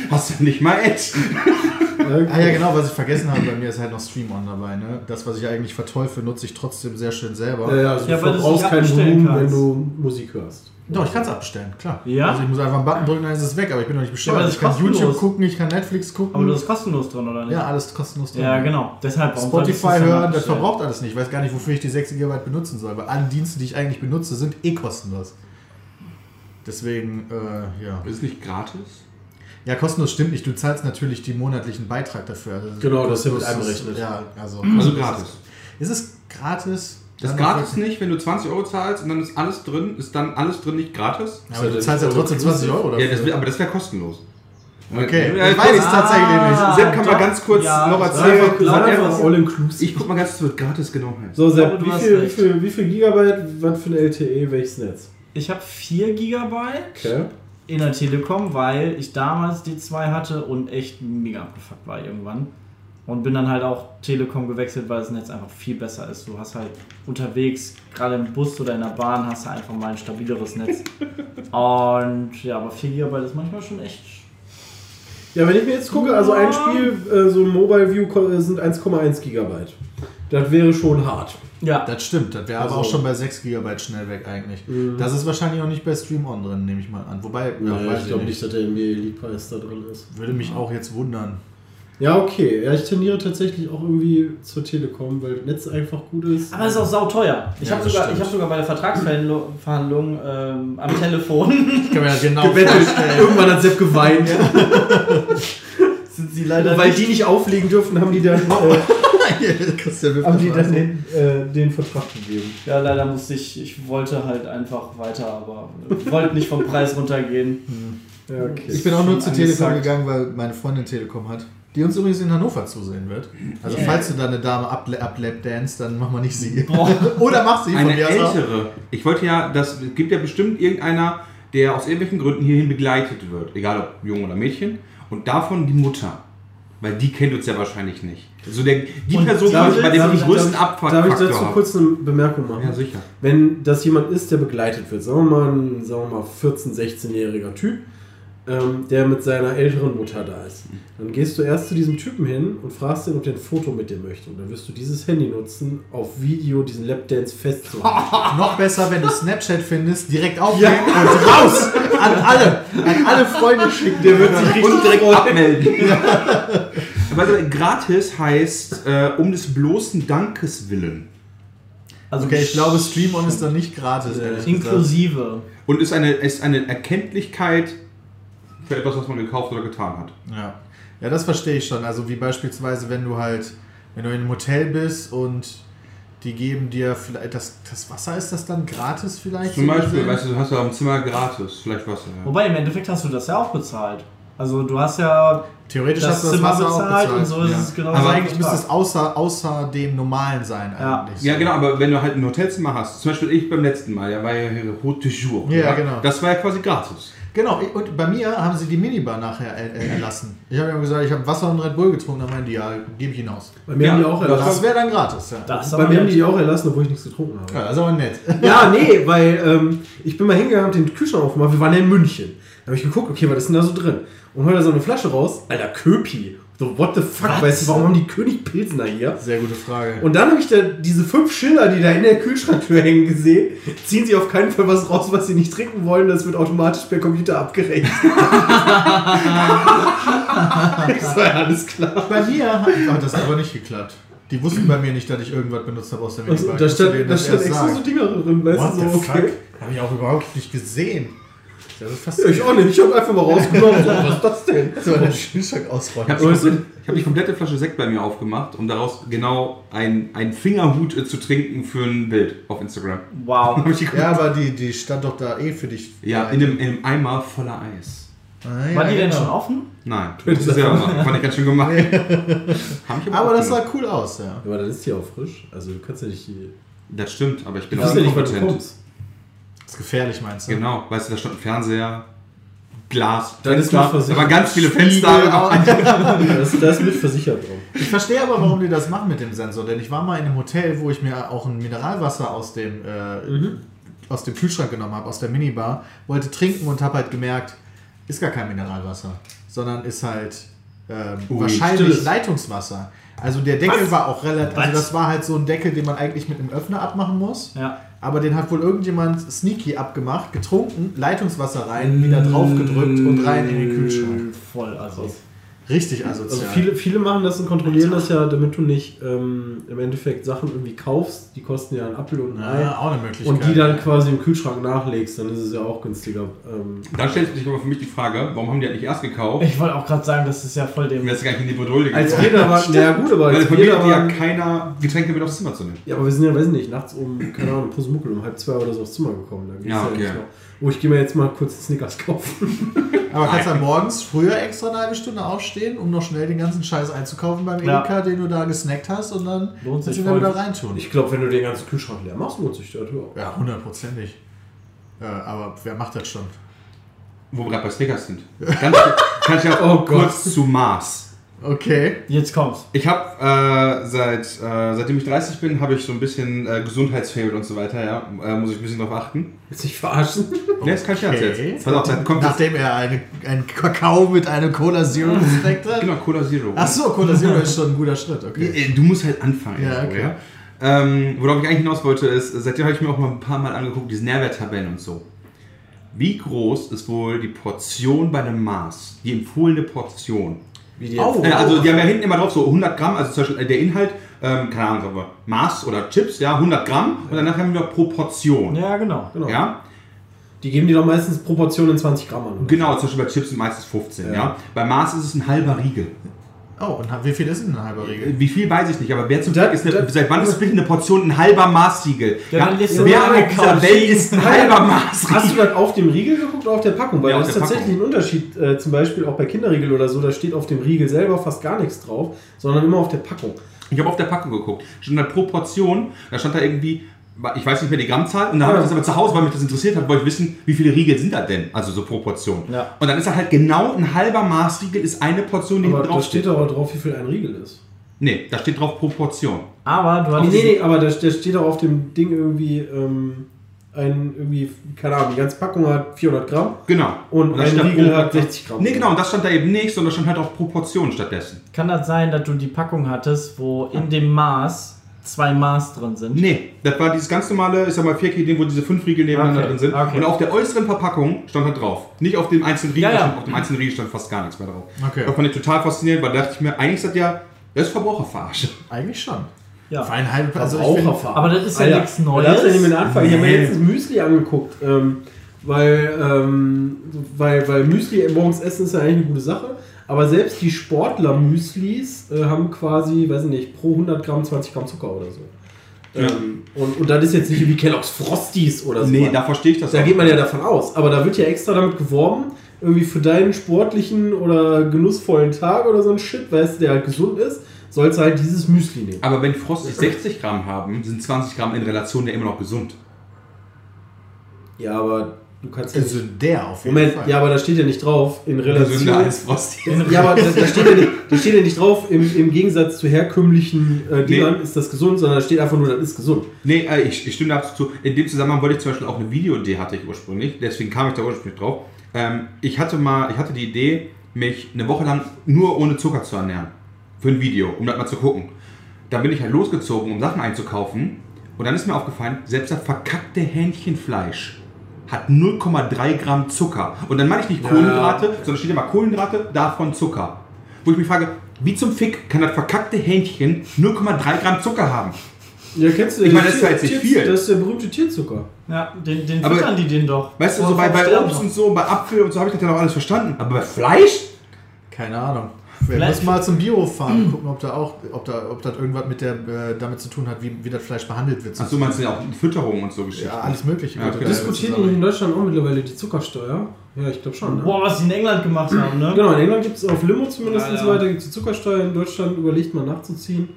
Speaker 3: hast du nicht mal Edge.
Speaker 6: Ah ja, genau, was ich vergessen habe, bei mir ist halt noch Stream On dabei. Ne? Das, was ich eigentlich verteufel, nutze ich trotzdem sehr schön selber.
Speaker 5: Ja, ja, also
Speaker 4: Ja,
Speaker 5: du
Speaker 4: weil du es
Speaker 5: verbrauchst
Speaker 4: nicht
Speaker 5: kein
Speaker 4: abbestellen
Speaker 5: Volumen, wenn
Speaker 4: kannst.
Speaker 5: du Musik hörst.
Speaker 6: Doch, ich kann es abbestellen, klar.
Speaker 4: Ja?
Speaker 6: Also ich muss einfach einen Button drücken, dann ist es weg, aber ich bin doch nicht bescheuert.
Speaker 4: Ja, aber das
Speaker 6: ich kann
Speaker 4: ist kostenlos.
Speaker 6: YouTube gucken, ich kann Netflix gucken.
Speaker 4: Aber du hast kostenlos drin, oder nicht?
Speaker 6: ja, alles kostenlos drin.
Speaker 4: Ja, genau. Deshalb warum
Speaker 6: Spotify
Speaker 4: solltest du's dann
Speaker 6: hören, das
Speaker 4: abstellen?
Speaker 6: verbraucht alles nicht. Ich weiß gar nicht, wofür ich die 6 GB benutzen soll, weil alle Dienste, die ich eigentlich benutze, sind eh kostenlos. Deswegen, äh, ja.
Speaker 3: Ist es nicht gratis?
Speaker 6: Ja, kostenlos stimmt nicht. Du zahlst natürlich die monatlichen Beitrag dafür. Also
Speaker 5: Genau, das wird
Speaker 6: kostenlos ist-
Speaker 5: einberechnet.
Speaker 6: Ja, also,
Speaker 3: Also gratis.
Speaker 6: Ist es gratis?
Speaker 3: Das
Speaker 6: Dann-
Speaker 3: gratis nicht, wenn du 20 Euro zahlst und dann ist alles drin, ist dann alles drin nicht gratis?
Speaker 6: Ja, aber du zahlst ja trotzdem 20 Euro
Speaker 3: Ja,
Speaker 6: dafür.
Speaker 3: das, wär- aber das wäre kostenlos.
Speaker 6: Okay,
Speaker 3: ja,
Speaker 6: ich weiß es
Speaker 3: kurz-
Speaker 6: tatsächlich nicht.
Speaker 4: Ah,
Speaker 3: Sepp kann mal
Speaker 4: doch.
Speaker 3: ganz kurz
Speaker 4: Ja,
Speaker 3: noch
Speaker 4: das
Speaker 5: Sag
Speaker 3: erzählen.
Speaker 5: einfach, sag
Speaker 3: was er-
Speaker 5: einfach all inclusive.
Speaker 3: ich guck mal ganz, was wird gratis genau heißt.
Speaker 5: So,
Speaker 4: Aber
Speaker 5: Sepp,
Speaker 4: du
Speaker 5: wie
Speaker 4: hast
Speaker 5: viel, wie,
Speaker 4: recht.
Speaker 5: viel, wie viel Gigabyte, was für ein LTE, welches Netz?
Speaker 4: Ich habe 4 GB
Speaker 5: Okay.
Speaker 4: in der Telekom, weil ich damals die 2 hatte und echt mega abgefuckt war irgendwann. Und bin dann halt auch Telekom gewechselt, weil das Netz einfach viel besser ist. Du hast halt unterwegs, gerade im Bus oder in der Bahn, hast du einfach mal ein stabileres Netz. Und ja, aber 4 GB ist manchmal schon echt.
Speaker 5: Ja, wenn ich mir jetzt gucke, also ein Spiel, äh, so ein Mobile View ko- äh, sind 1,1 Gigabyte. Das wäre schon hart.
Speaker 4: Ja,
Speaker 6: Das stimmt, das wäre aber
Speaker 5: Also-
Speaker 6: auch schon bei 6 GB schnell weg eigentlich. Das ist wahrscheinlich auch nicht bei Stream On drin, nehme ich mal an. Wobei, ja, weiß ich nicht.
Speaker 5: dass der NBA League Pass da drin ist.
Speaker 6: Würde mich auch jetzt wundern.
Speaker 5: Ja, okay. Ja, ich tendiere tatsächlich auch irgendwie zur Telekom, weil das Netz einfach gut ist.
Speaker 4: Aber es ist auch sauteuer. Ich
Speaker 6: Ja,
Speaker 4: habe
Speaker 6: das
Speaker 4: sogar,
Speaker 6: stimmt.
Speaker 4: ich hab sogar bei der Vertragsverhandlung Verhandlung, ähm, am Telefon
Speaker 6: Ich kann mir das genau
Speaker 5: Irgendwann hat Sepp geweint.
Speaker 4: sind sie leider
Speaker 5: Äh, Weil
Speaker 4: nicht.
Speaker 5: die nicht auflegen dürfen, haben die dann, äh,
Speaker 6: Christian wirft
Speaker 5: haben die
Speaker 6: das
Speaker 5: dann
Speaker 6: mal
Speaker 5: den, äh, den Vertrag gegeben.
Speaker 4: Ja, leider musste ich, ich wollte halt einfach weiter, aber äh, wollte nicht vom Preis runtergehen.
Speaker 5: Ja, okay.
Speaker 6: so. Ich bin auch nur
Speaker 4: Schon
Speaker 6: zur Telekom
Speaker 4: angesagt.
Speaker 6: gegangen, weil meine Freundin Telekom hat. Die uns übrigens in Hannover zusehen wird. Also,
Speaker 4: Yeah.
Speaker 6: falls du da eine Dame upla- uplap-dance, dann mach mal nicht sie.
Speaker 4: Boah.
Speaker 6: Oder mach sie von
Speaker 3: Eine
Speaker 6: mir aus. auch.
Speaker 3: ältere. Ich wollte ja, das es gibt ja bestimmt irgendeiner, der aus irgendwelchen Gründen hierhin begleitet wird. Egal ob Junge oder Mädchen. Und davon die Mutter. Weil die kennt uns ja wahrscheinlich nicht. Also der, die
Speaker 4: Und
Speaker 3: Person,
Speaker 4: darf
Speaker 3: die
Speaker 4: ich-
Speaker 3: bei der
Speaker 4: darf
Speaker 3: ich
Speaker 4: ich-
Speaker 3: den größten
Speaker 5: Darf ich
Speaker 3: Abfuckfaktor
Speaker 5: dazu
Speaker 3: habe.
Speaker 5: kurz eine Bemerkung machen?
Speaker 3: Ja, sicher.
Speaker 5: wenn das jemand ist, der begleitet wird, sagen wir mal ein sagen wir mal 14-, 16-jähriger Typ, ähm, der mit seiner älteren Mutter da ist, dann gehst du erst zu diesem Typen hin und fragst ihn, ob der ein Foto mit dir möchte. Und dann wirst du dieses Handy nutzen, auf Video diesen Lapdance festzuhalten.
Speaker 6: Noch besser, wenn du Snapchat findest, direkt aufnehmen und raus! An alle! An alle Freunde schicken. Der wird sich
Speaker 3: und direkt abmelden. Aber gratis heißt äh, um des bloßen Dankes willen.
Speaker 4: Also
Speaker 6: Okay, ich glaube, Stream On ist dann nicht
Speaker 3: Äh,
Speaker 6: gratis, ehrlich gesagt.
Speaker 4: inklusive.
Speaker 3: Und ist eine, ist eine Erkenntlichkeit für etwas, was man gekauft oder getan hat.
Speaker 6: Ja. ja, das verstehe ich schon. Also wie beispielsweise, wenn du halt, wenn du in einem Hotel bist und die geben dir vielleicht, das, das Wasser ist das dann gratis vielleicht?
Speaker 3: Zum
Speaker 6: so
Speaker 3: Beispiel,
Speaker 6: gesehen?
Speaker 3: weißt du, du hast ja im Zimmer gratis, vielleicht Wasser. Ja.
Speaker 4: Wobei im Endeffekt hast du das ja auch bezahlt. Also du hast ja
Speaker 6: Theoretisch
Speaker 4: das
Speaker 6: hast du das
Speaker 4: Zimmer
Speaker 6: Wasser
Speaker 4: bezahlt
Speaker 6: auch bezahlt.
Speaker 4: und so ist
Speaker 6: ja.
Speaker 4: es genau
Speaker 6: Aber
Speaker 4: so
Speaker 6: eigentlich müsste
Speaker 4: bezahlt.
Speaker 6: es außer, außer dem Normalen sein
Speaker 4: Ja.
Speaker 6: eigentlich.
Speaker 3: Ja, genau, aber wenn du halt ein Hotelzimmer hast, zum Beispiel ich beim letzten Mal, ja, war ja hier Haute de Jour.
Speaker 6: Ja, genau.
Speaker 3: Das war ja quasi gratis.
Speaker 6: Genau, ich- und bei mir haben sie die Minibar nachher äh, äh, erlassen. Ich habe ja gesagt, ich habe Wasser und Red Bull getrunken, dann meinen die, ja, gebe ich hinaus.
Speaker 5: Bei mir
Speaker 3: Ja,
Speaker 5: haben die auch
Speaker 3: das
Speaker 6: Das
Speaker 5: erlassen.
Speaker 6: wäre dann gratis, ja.
Speaker 4: Das ist
Speaker 5: Bei
Speaker 4: aber
Speaker 5: mir haben die
Speaker 4: nett.
Speaker 5: die auch erlassen, obwohl ich nichts getrunken habe.
Speaker 6: ja das ist aber nett.
Speaker 5: Ja, nee, weil ähm, ich bin mal hingegangen, hab den Kühlschrank aufgemacht, wir waren ja in München. Da habe ich geguckt, okay, was ist denn da so drin? Und hol da so eine Flasche raus, alter Köpi. So, what the fuck, weißt du, warum haben die König Pilsner hier?
Speaker 6: Sehr gute Frage.
Speaker 5: Und dann habe ich da diese fünf Schilder, die da in der Kühlschranktür hängen, gesehen. Ziehen sie auf keinen Fall was raus, was sie nicht trinken wollen, das wird automatisch per Computer abgerechnet. das war ja alles klar.
Speaker 6: Bei mir hat oh, das aber nicht geklappt. Die wussten bei mir nicht, dass ich irgendwas benutzt habe aus der
Speaker 5: Also,
Speaker 6: Minibar.
Speaker 5: da
Speaker 6: Ich musste
Speaker 5: stand,
Speaker 6: denen
Speaker 5: da
Speaker 6: das
Speaker 5: stand
Speaker 6: erst
Speaker 5: extra so
Speaker 6: sagen.
Speaker 5: Dinger drin, weißt
Speaker 6: What
Speaker 5: du,
Speaker 6: the
Speaker 5: so, okay.
Speaker 6: fuck? Habe ich auch überhaupt nicht gesehen. Das ist fast
Speaker 5: Ja, Ich auch nicht, Oh, ich habe einfach mal rausgenommen, so, was ist das denn?
Speaker 6: so der Kühlschrank
Speaker 3: Ich
Speaker 6: ausräumen.
Speaker 3: habe die, komplette- ich hab die komplette Flasche Sekt bei mir aufgemacht, um daraus genau ein- einen Fingerhut äh, zu trinken für ein Bild auf Instagram.
Speaker 4: Wow.
Speaker 3: Hab ich die
Speaker 6: Ja, aber die, die stand doch da eh für dich.
Speaker 3: Ja, in einem, in einem Eimer voller Eis.
Speaker 6: Ah, ja,
Speaker 4: War die denn
Speaker 6: genau.
Speaker 4: schon offen?
Speaker 3: Nein, das ist ja machen. Fand ich ganz schön gemacht. Hab ich
Speaker 6: Aber das
Speaker 3: auch gemacht.
Speaker 6: sah cool aus, ja.
Speaker 5: Aber dann ist die auch frisch. Also du kannst ja nicht. die-
Speaker 3: Das stimmt, aber ich bin
Speaker 5: Du weißt ja nicht, wann du
Speaker 3: inkompetent.
Speaker 5: kommst.
Speaker 6: Das ist gefährlich, meinst du?
Speaker 3: Genau, weißt du, da stand ein Fernseher, Glas,
Speaker 5: Dann ist man
Speaker 3: Fenster. Da waren ganz viele Fenster. aber ein-
Speaker 5: Das, das ist mit versichert drauf.
Speaker 6: Ich verstehe aber, warum die das machen mit dem Sensor. Denn ich war mal in einem Hotel, wo ich mir auch ein Mineralwasser aus dem, äh,
Speaker 5: Mhm.
Speaker 6: aus dem Kühlschrank genommen habe, aus der Minibar, wollte trinken und habe halt gemerkt, ist gar kein Mineralwasser, sondern ist halt ähm,
Speaker 3: Ui,
Speaker 6: wahrscheinlich
Speaker 5: stilles.
Speaker 6: Leitungswasser. Also der Deckel war auch relativ. Also das war halt so ein Deckel, den man eigentlich mit einem Öffner abmachen muss.
Speaker 4: Ja.
Speaker 6: Aber den hat wohl irgendjemand sneaky abgemacht,
Speaker 5: Mm.
Speaker 6: getrunken, Leitungswasser rein, wieder draufgedrückt und rein in den Kühlschrank.
Speaker 4: Äh, Voll, also.
Speaker 6: Richtig asozial.
Speaker 5: Also viele, viele machen das und kontrollieren das ja, damit du nicht ähm, im Endeffekt Sachen irgendwie kaufst, die kosten ja ein Apfel und ein Ei.
Speaker 6: ja, auch eine Möglichkeit.
Speaker 5: und die dann quasi im Kühlschrank nachlegst, dann ist es ja auch günstiger. Ähm,
Speaker 3: Dann stellt sich aber für mich die Frage, warum haben die das nicht erst gekauft?
Speaker 4: Ich wollte auch gerade sagen, das ist ja voll dem.
Speaker 3: Mir ist gar nicht in die Bredouille
Speaker 5: als
Speaker 3: gekommen.
Speaker 5: wir da waren, ja gut, aber
Speaker 3: Weil
Speaker 5: als
Speaker 3: von
Speaker 5: wir
Speaker 3: mir
Speaker 5: da
Speaker 3: hat ja
Speaker 5: waren,
Speaker 3: keiner Getränke mit aufs Zimmer zu nehmen.
Speaker 5: ja, aber wir sind ja, weiß ich nicht, nachts um, keine Ahnung, Pusmuckel um halb zwei oder so aufs Zimmer gekommen. Da ging's
Speaker 3: Ja, okay.
Speaker 5: nicht noch. Oh, ich gehe mir jetzt mal kurz einen Snickers kaufen.
Speaker 6: Aber kannst dann morgens früher extra eine halbe Stunde aufstehen, um noch schnell den ganzen Scheiß einzukaufen beim
Speaker 4: Ja.
Speaker 6: Edeka, den du da gesnackt hast und dann
Speaker 4: Lohnt
Speaker 6: kannst
Speaker 4: sich
Speaker 6: du ihn dann
Speaker 4: voll.
Speaker 6: wieder reintun.
Speaker 5: Ich glaube, wenn du den ganzen Kühlschrank leer machst, lohnt sich das ja.
Speaker 6: ja, hundertprozentig. Äh, aber wer macht das schon?
Speaker 3: Wo wir gerade bei Snickers sind. Ganz, kann ich
Speaker 5: Oh
Speaker 3: ja auch kurz zu Mars.
Speaker 6: Okay.
Speaker 4: Jetzt kommt's.
Speaker 3: Ich habe äh, seit äh, seitdem ich 30 bin, habe ich so ein bisschen äh, Gesundheitsfavorit und so weiter, ja. Äh, muss ich ein bisschen drauf achten.
Speaker 5: Willst du dich verarschen?
Speaker 3: Ne, das kann ich ja erzählen. Pass auf, dann kommt jetzt,
Speaker 6: Nachdem er eine, einen Kakao mit einem Cola Zero gesnackt hat.
Speaker 3: genau Cola Zero.
Speaker 6: Ach so, Cola Zero ist schon ein guter Schritt, okay.
Speaker 3: Äh, Du musst halt anfangen.
Speaker 6: Ja,
Speaker 3: irgendwo,
Speaker 6: okay.
Speaker 3: ja? Ähm, worauf ich eigentlich hinaus wollte, ist, seitdem habe ich mir auch mal ein paar Mal angeguckt, diese Nährwerttabellen und so. Wie groß ist wohl die Portion bei einem Maß? Die empfohlene Portion.
Speaker 5: Wie die
Speaker 3: Äh, also die haben ja hinten immer drauf so 100 Gramm, also zum Beispiel äh, der Inhalt, ähm, keine Ahnung, aber Maß oder Chips, ja, 100 Gramm und danach haben wir noch pro Portion. Ja.
Speaker 4: Ja, genau.
Speaker 5: genau. Die geben dir doch meistens Proportionen in 20 Gramm an. oder?
Speaker 3: Genau, zum Beispiel bei Chips sind meistens 15, ja. Bei Maß ist es ein halber Riegel.
Speaker 6: Oh, und wie viel ist denn ein halber Riegel?
Speaker 3: Äh, Wie viel weiß ich nicht, aber wer zum
Speaker 5: Da-
Speaker 3: Glück ist eine,
Speaker 5: da-
Speaker 3: seit wann ist bitte eine Portion ein halber Maßriegel?
Speaker 4: Ja, dann lässt du
Speaker 3: wer
Speaker 4: nur
Speaker 3: auf dieser
Speaker 4: einkaufen.
Speaker 3: Welt ist ein halber
Speaker 5: Hast du
Speaker 3: Maßriegel?
Speaker 5: dann auf dem Riegel geguckt oder auf der Packung? Weil
Speaker 3: Ja, auf
Speaker 5: das ist
Speaker 3: der
Speaker 5: tatsächlich ein Unterschied, äh, zum Beispiel auch bei Kinderriegel oder so, da steht auf dem Riegel selber fast gar nichts drauf, sondern immer auf der Packung.
Speaker 3: Ich habe auf der Packung geguckt. Stand da pro Portion, da stand da irgendwie, ich weiß nicht mehr die Grammzahl, und dann habe ich das aber zu Hause, weil mich das interessiert hat, wollte ich wissen, wie viele Riegel sind da denn? Also so pro Portion.
Speaker 4: Ja.
Speaker 3: Und dann ist da halt genau ein halber Maßriegel ist eine Portion, die
Speaker 5: Aber
Speaker 3: hinten
Speaker 5: da
Speaker 3: drauf
Speaker 5: steht
Speaker 3: steht.
Speaker 5: doch auch drauf, wie viel ein Riegel ist.
Speaker 3: Nee, da steht drauf pro Portion.
Speaker 4: Aber du
Speaker 5: nee,
Speaker 4: hattest.
Speaker 5: nee, nee, aber da, da steht doch auf dem Ding irgendwie ähm, ein, irgendwie, keine Ahnung, die ganze Packung hat 400 Gramm
Speaker 3: Genau.
Speaker 5: und,
Speaker 3: da
Speaker 5: ein
Speaker 3: steht da
Speaker 5: Riegel
Speaker 3: pro-
Speaker 5: hat 60 Gramm.
Speaker 3: Nee, genau, und das stand da eben nicht, sondern stand halt auch pro Portion stattdessen.
Speaker 4: Kann das sein, dass du die Packung hattest, wo in dem Maß zwei Maß drin sind?
Speaker 3: Nee, das war dieses ganz normale, ich sag mal, 4K-Ding, wo diese fünf Riegel nebeneinander
Speaker 4: Okay,
Speaker 3: drin sind.
Speaker 4: okay.
Speaker 3: Und auf der äußeren Verpackung stand halt drauf. Nicht auf dem einzelnen Riegel,
Speaker 4: Ja, ja.
Speaker 3: stand- auf dem einzelnen Riegel stand fast gar nichts mehr drauf.
Speaker 6: Okay.
Speaker 3: Das fand ich total faszinierend, weil da dachte ich mir, eigentlich ist das ja, das ist Verbraucherverarsche.
Speaker 6: Eigentlich schon.
Speaker 4: Ja.
Speaker 6: Für einen halben also ich bin-
Speaker 5: Raucherfarbe.
Speaker 4: Aber das ist ja
Speaker 5: Alter,
Speaker 4: nichts Neues.
Speaker 5: Da darfst du nicht mit anfangen. Ich habe mir
Speaker 3: Nee.
Speaker 5: letztens Müsli angeguckt, ähm, weil, ähm, weil, weil Müsli morgens essen ist ja eigentlich eine gute Sache. Aber selbst die Sportler-Müslis äh, haben quasi, weiß ich nicht, pro 100 Gramm 20 Gramm Zucker oder so. Ähm, und, und das ist jetzt nicht wie Kellogg's Frosties oder so.
Speaker 3: Nee, da verstehe ich das
Speaker 5: da
Speaker 3: auch.
Speaker 5: geht man ja davon aus. Aber da wird ja extra damit geworben, irgendwie für deinen sportlichen oder genussvollen Tag oder so ein Shit, weißt du, der halt gesund ist, sollst du halt dieses Müsli nehmen.
Speaker 3: Aber wenn Frosty 60 Gramm haben, sind 20 Gramm in Relation ja immer noch gesund.
Speaker 5: Ja, aber du kannst ja
Speaker 6: Also
Speaker 5: nicht.
Speaker 6: der auf jeden
Speaker 5: Moment,
Speaker 6: Fall.
Speaker 5: ja, aber da steht ja nicht drauf in Relation.
Speaker 3: Gesünder als Frosty.
Speaker 5: Ja, aber da, da, steht ja nicht, da steht ja nicht drauf, im, im Gegensatz zu herkömmlichen äh, Dingern
Speaker 3: Nee.
Speaker 5: ist das gesund, sondern da steht einfach nur, das ist gesund.
Speaker 3: Nee, äh, ich, ich stimme dazu zu. In dem Zusammenhang wollte ich zum Beispiel auch eine Videoidee hatte ich ursprünglich, deswegen kam ich da ursprünglich drauf. Ähm, ich hatte mal, ich hatte die Idee, mich eine Woche lang nur ohne Zucker zu ernähren. Für ein Video, um das mal zu gucken. Dann bin ich halt losgezogen, um Sachen einzukaufen. Und dann ist mir aufgefallen, selbst das verkackte Hähnchenfleisch hat 0,3 Gramm Zucker. Und dann meine ich nicht Kohlenhydrate, sondern steht immer Kohlenhydrate, davon Zucker. Wo ich mich frage, wie zum Fick kann das verkackte Hähnchen 0,3 Gramm Zucker haben?
Speaker 5: Ja, kennst du
Speaker 3: Ich
Speaker 5: den
Speaker 3: meine, das ist
Speaker 5: Tier-
Speaker 3: halt nicht
Speaker 5: Tier-
Speaker 3: viel.
Speaker 5: Das ist der berühmte Tierzucker.
Speaker 4: Ja, den, den
Speaker 3: Aber-
Speaker 4: füttern die den doch.
Speaker 3: Weißt du,
Speaker 4: Vor-
Speaker 3: so bei,
Speaker 4: vom
Speaker 3: bei
Speaker 4: Sterben
Speaker 3: Obst
Speaker 4: noch.
Speaker 3: und so, bei Apfel und so habe ich das ja noch alles verstanden. Aber bei Fleisch?
Speaker 6: Keine Ahnung. Wir
Speaker 4: Vielleicht-
Speaker 6: müssen mal zum Biohof fahren, und gucken, ob da auch, ob da, ob das irgendwas mit der, äh, damit zu tun hat, wie, wie das Fleisch behandelt wird.
Speaker 3: Achso, meinst du ja auch Fütterung und so Geschichten?
Speaker 6: ja, alles Mögliche.
Speaker 3: Ja,
Speaker 6: wird
Speaker 3: okay.
Speaker 6: da
Speaker 5: Diskutieren die
Speaker 6: zusammen-
Speaker 5: in Deutschland auch mittlerweile die Zuckersteuer? Ja, ich glaube schon. Ne?
Speaker 4: Boah, was die in England gemacht haben, ne?
Speaker 5: Genau, in England gibt es auf Limo zumindest und so
Speaker 4: Alter.
Speaker 5: weiter, gibt es die Zuckersteuer. In Deutschland überlegt man nachzuziehen.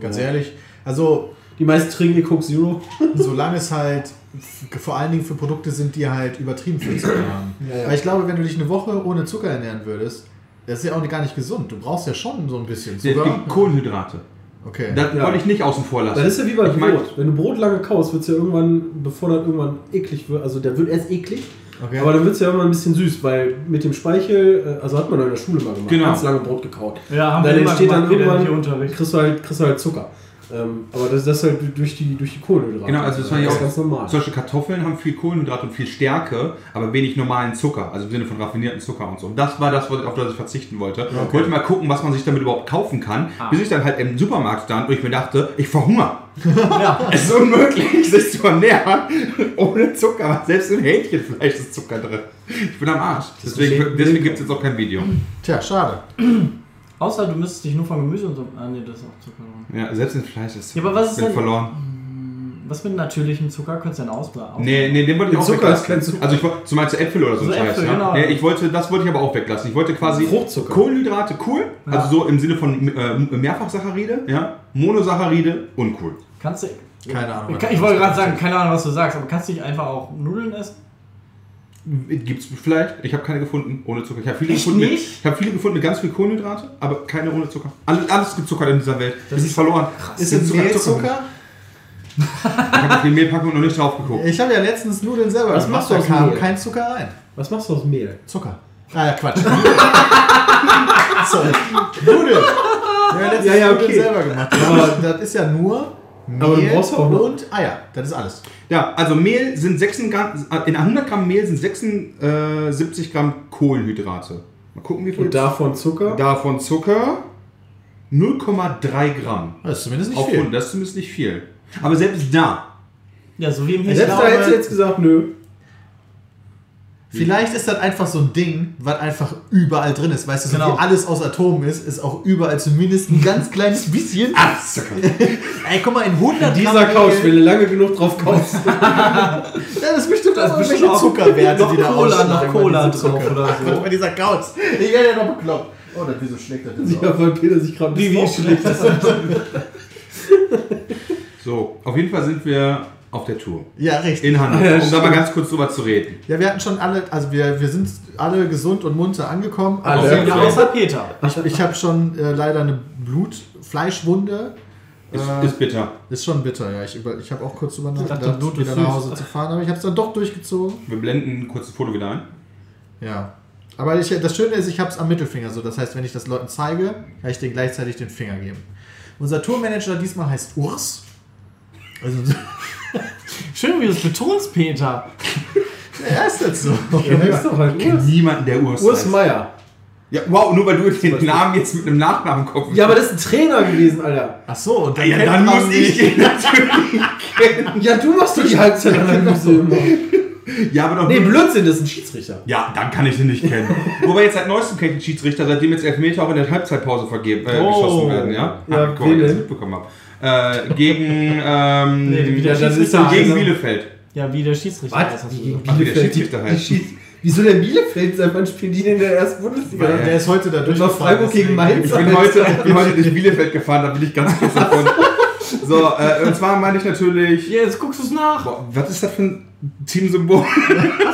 Speaker 6: Ganz ehrlich. Also,
Speaker 5: Die meisten trinken ihr Coke Zero.
Speaker 6: solange es halt f- vor allen Dingen für Produkte sind, die halt übertrieben viel Zucker haben.
Speaker 5: Ja, ja.
Speaker 6: Weil ich glaube, wenn du dich eine Woche ohne Zucker ernähren würdest, das ist ja auch nicht- gar nicht gesund. Du brauchst ja schon so ein bisschen
Speaker 3: Es
Speaker 6: Zucker.
Speaker 3: gibt Kohlenhydrate.
Speaker 6: Okay.
Speaker 3: Das
Speaker 5: Ja.
Speaker 3: wollte ich nicht außen vor lassen.
Speaker 5: Das ist ja wie bei
Speaker 3: Ich
Speaker 5: Brot.
Speaker 3: mein-
Speaker 5: Wenn du Brot lange kaust, wird es ja irgendwann, bevor das irgendwann eklig wird, also der wird erst eklig,
Speaker 6: okay.
Speaker 5: aber dann wird es ja irgendwann ein bisschen süß, weil mit dem Speichel, äh, also hat man doch in der Schule mal gemacht,
Speaker 3: Genau.
Speaker 5: ganz lange Brot gekaut.
Speaker 4: Ja, haben
Speaker 5: Dann
Speaker 4: wir immer
Speaker 5: entsteht dann
Speaker 4: gemacht, wir
Speaker 5: irgendwann,
Speaker 4: hier Unterricht.
Speaker 5: kriegst du, halt, kriegst du halt Zucker. Ähm, aber das, das ist halt durch die, durch die Kohlenhydrate.
Speaker 3: Genau, also das war ja
Speaker 5: das
Speaker 3: auch
Speaker 5: ist ganz normal.
Speaker 3: Solche Kartoffeln haben viel Kohlenhydrate und viel Stärke, aber wenig normalen Zucker, also im Sinne von raffinierten Zucker und so. Und das war das, was- auf das ich verzichten wollte. Wollte mal gucken, was man sich damit überhaupt kaufen kann,
Speaker 4: Ah.
Speaker 3: bis ich dann halt im Supermarkt stand und ich mir dachte, ich verhungere. Es ist unmöglich, sich zu ernähren ohne Zucker. Selbst im Hähnchenfleisch ist Zucker drin. Ich bin am Arsch. Deswegen, deswegen gibt es jetzt auch kein Video.
Speaker 6: Tja, schade.
Speaker 4: Außer du müsstest dich nur von Gemüse und so. Ah, nee, das ist auch Zucker drin.
Speaker 3: Ja, selbst im Fleisch ist
Speaker 4: Ja, aber was ist
Speaker 3: bin
Speaker 4: denn-
Speaker 3: verloren.
Speaker 4: Was mit natürlichem Zucker könntest du denn ausblasen?
Speaker 3: Nee, nee, den wollte ich
Speaker 5: Der
Speaker 3: auch
Speaker 5: Zucker
Speaker 3: weglassen.
Speaker 5: ist kein Zucker.
Speaker 3: Also ich wollte, zumal zu Äpfel oder so,
Speaker 4: So
Speaker 3: ein Scheiß.
Speaker 4: Äpfel,
Speaker 3: ja.
Speaker 4: genau.
Speaker 3: nee, ich wollte, das wollte ich aber auch weglassen. Ich wollte quasi
Speaker 5: Fruchtzucker.
Speaker 3: Kohlenhydrate cool, also so im Sinne von äh, Mehrfachsaccharide, ja, Monosaccharide uncool.
Speaker 4: Kannst du.
Speaker 6: Keine Ahnung.
Speaker 4: Ich, kann- ich wollte gerade sagen, keine Ahnung, was du sagst, aber kannst du nicht einfach auch Nudeln essen?
Speaker 3: Gibt's vielleicht? Ich habe keine gefunden ohne Zucker. Ich habe viele
Speaker 4: Echt
Speaker 3: gefunden. Mit,
Speaker 4: nicht?
Speaker 3: ich habe viele gefunden mit ganz viel Kohlenhydrate, aber keine ohne Zucker. Alles, alles gezuckert in dieser Welt. Das, ist verloren.
Speaker 6: Ist es
Speaker 3: Zucker, Zucker.
Speaker 6: Mehlzucker?
Speaker 3: Ich habe auf die Mehlpackung noch nicht drauf geguckt.
Speaker 6: Ich habe ja letztens Nudeln selber
Speaker 5: Was
Speaker 6: gemacht,
Speaker 5: machst du
Speaker 6: da
Speaker 5: aus
Speaker 6: kam
Speaker 5: Mehl?
Speaker 6: kein Zucker rein.
Speaker 5: Was machst du aus Mehl?
Speaker 6: Zucker. Ah ja, Quatsch. Sorry. Nudeln. Ja, letztens
Speaker 5: Ja, ja,
Speaker 6: Nudeln
Speaker 5: okay.
Speaker 6: selber gemacht. Aber das ist ja nur
Speaker 5: Aber du
Speaker 6: Mehl
Speaker 5: brauchst auch noch-
Speaker 6: und Eier. Das ist alles.
Speaker 3: Ja, also Mehl sind 6 Gramm, äh, in 100 Gramm Mehl sind 76 Gramm Kohlenhydrate. Mal gucken, wie viel.
Speaker 5: Und davon Zucker?
Speaker 3: Davon Zucker 0,3 Gramm.
Speaker 6: Das ist zumindest nicht
Speaker 3: Auf
Speaker 6: viel.
Speaker 3: 100, das ist zumindest nicht viel. Aber selbst da,
Speaker 4: Ja, so wie im
Speaker 5: Selbst da
Speaker 4: glaube-
Speaker 5: hättest du jetzt gesagt, nö.
Speaker 6: Vielleicht ist das einfach so ein Ding, was einfach überall drin ist. Weißt du, so
Speaker 4: Genau.
Speaker 6: wie alles aus Atomen ist, ist auch überall zumindest ein ganz kleines bisschen.
Speaker 3: Ah,
Speaker 6: Ach, Ey, guck mal, in 100
Speaker 5: Dieser
Speaker 6: Gramm
Speaker 5: Couch, wenn
Speaker 6: Mehl-
Speaker 5: du lange genug drauf kaufst.
Speaker 6: Ja, das ist bestimmt
Speaker 4: Da ist
Speaker 6: auch
Speaker 4: bestimmt
Speaker 6: irgendwelche
Speaker 4: auch
Speaker 6: Zuckerwerte,
Speaker 4: noch
Speaker 6: die da
Speaker 4: Cola,
Speaker 6: ausschlagen,
Speaker 4: noch
Speaker 6: wenn man
Speaker 4: Cola
Speaker 6: diese
Speaker 4: drauf
Speaker 6: Zucker-
Speaker 4: oder
Speaker 6: Guck
Speaker 4: so.
Speaker 6: mal, dieser Couch. Ich werde ja noch bekloppt. Oh, das, wieso schlägt das denn so?
Speaker 5: Ja, weil Peter sich gerade
Speaker 4: Wie, wie
Speaker 5: nicht
Speaker 4: schlecht das ist.
Speaker 3: so, auf jeden Fall sind wir auf der Tour.
Speaker 6: Ja, richtig.
Speaker 3: In Hannover,
Speaker 5: Ja,
Speaker 3: um da
Speaker 5: stimmt.
Speaker 3: mal ganz kurz drüber zu reden.
Speaker 6: Ja, wir hatten schon alle, also wir, wir sind alle gesund und munter angekommen.
Speaker 5: Alle.
Speaker 6: Aber
Speaker 4: Ja, außer Peter.
Speaker 6: Ich, ich habe schon äh, leider eine Blutfleischwunde.
Speaker 3: Ist,
Speaker 6: Äh.
Speaker 3: ist bitter.
Speaker 6: Ist schon bitter, ja. Ich, über- ich habe auch kurz drüber
Speaker 4: dachte,
Speaker 6: nachgedacht,
Speaker 4: Blut ist
Speaker 6: wieder nach
Speaker 4: süß.
Speaker 6: Hause zu fahren, aber ich habe es dann doch durchgezogen.
Speaker 3: Wir blenden ein kurzes Foto wieder ein.
Speaker 6: Ja. Aber ich, das Schöne ist, ich habe es am Mittelfinger so. Das heißt, wenn ich das Leuten zeige, kann ich denen gleichzeitig den Finger geben. Unser Tourmanager diesmal heißt Urs. Also,
Speaker 4: Schön, wie du es betonst, Peter.
Speaker 6: er ist jetzt so.
Speaker 5: Ja, ist doch halt
Speaker 3: Kennt
Speaker 5: Urs.
Speaker 3: niemanden, der Urs
Speaker 5: Urs
Speaker 4: Ah
Speaker 3: heißt.
Speaker 5: Meier.
Speaker 3: Ja, wow, nur weil du den Namen jetzt mit einem Nachnamen kopfst.
Speaker 5: Ja, aber das ist ein Trainer gewesen, Alter.
Speaker 6: Ach so, und
Speaker 3: ja, dann
Speaker 6: kennt man
Speaker 3: muss
Speaker 6: mich.
Speaker 3: ich den natürlich kennen.
Speaker 5: Ja, du machst doch die Halbzeitanalyse immer.
Speaker 3: Ja, aber doch
Speaker 5: Nee, Blödsinn, das ist ein Schiedsrichter.
Speaker 3: Ja, dann kann ich den nicht kennen. Wobei jetzt seit neuestem kennt den Schiedsrichter, seitdem jetzt Elfmeter auch in der Halbzeitpause vergeben, äh,
Speaker 4: Oh.
Speaker 3: geschossen werden, ja?
Speaker 5: Ja,
Speaker 3: guck mal,
Speaker 5: wen
Speaker 3: wie ich das
Speaker 5: denn?
Speaker 3: mitbekommen habe. Äh, gegen, ähm,
Speaker 4: Nee, wie der
Speaker 3: gegen
Speaker 4: Schiedsrichter
Speaker 3: gegen
Speaker 4: heißt.
Speaker 3: Bielefeld.
Speaker 4: Ja, wie der Schiedsrichter heißt, hast du gesagt.
Speaker 3: Ach, wie der Schiedsrichter
Speaker 5: Die
Speaker 3: heißt.
Speaker 5: Schieds- Wieso denn Bielefeld? Seit wann spielen die denn in der ersten Bundesliga?
Speaker 6: Weil Der ist heute da
Speaker 5: Das war Freiburg gegen
Speaker 6: deswegen-
Speaker 5: Mainz.
Speaker 3: Ich bin heute, ich bin heute durch Bielefeld gefahren, da bin ich ganz kurz davon. So, äh, und zwar meine ich natürlich,
Speaker 4: Ja, jetzt guckst du es nach.
Speaker 3: boah, was ist das für ein Teamsymbol?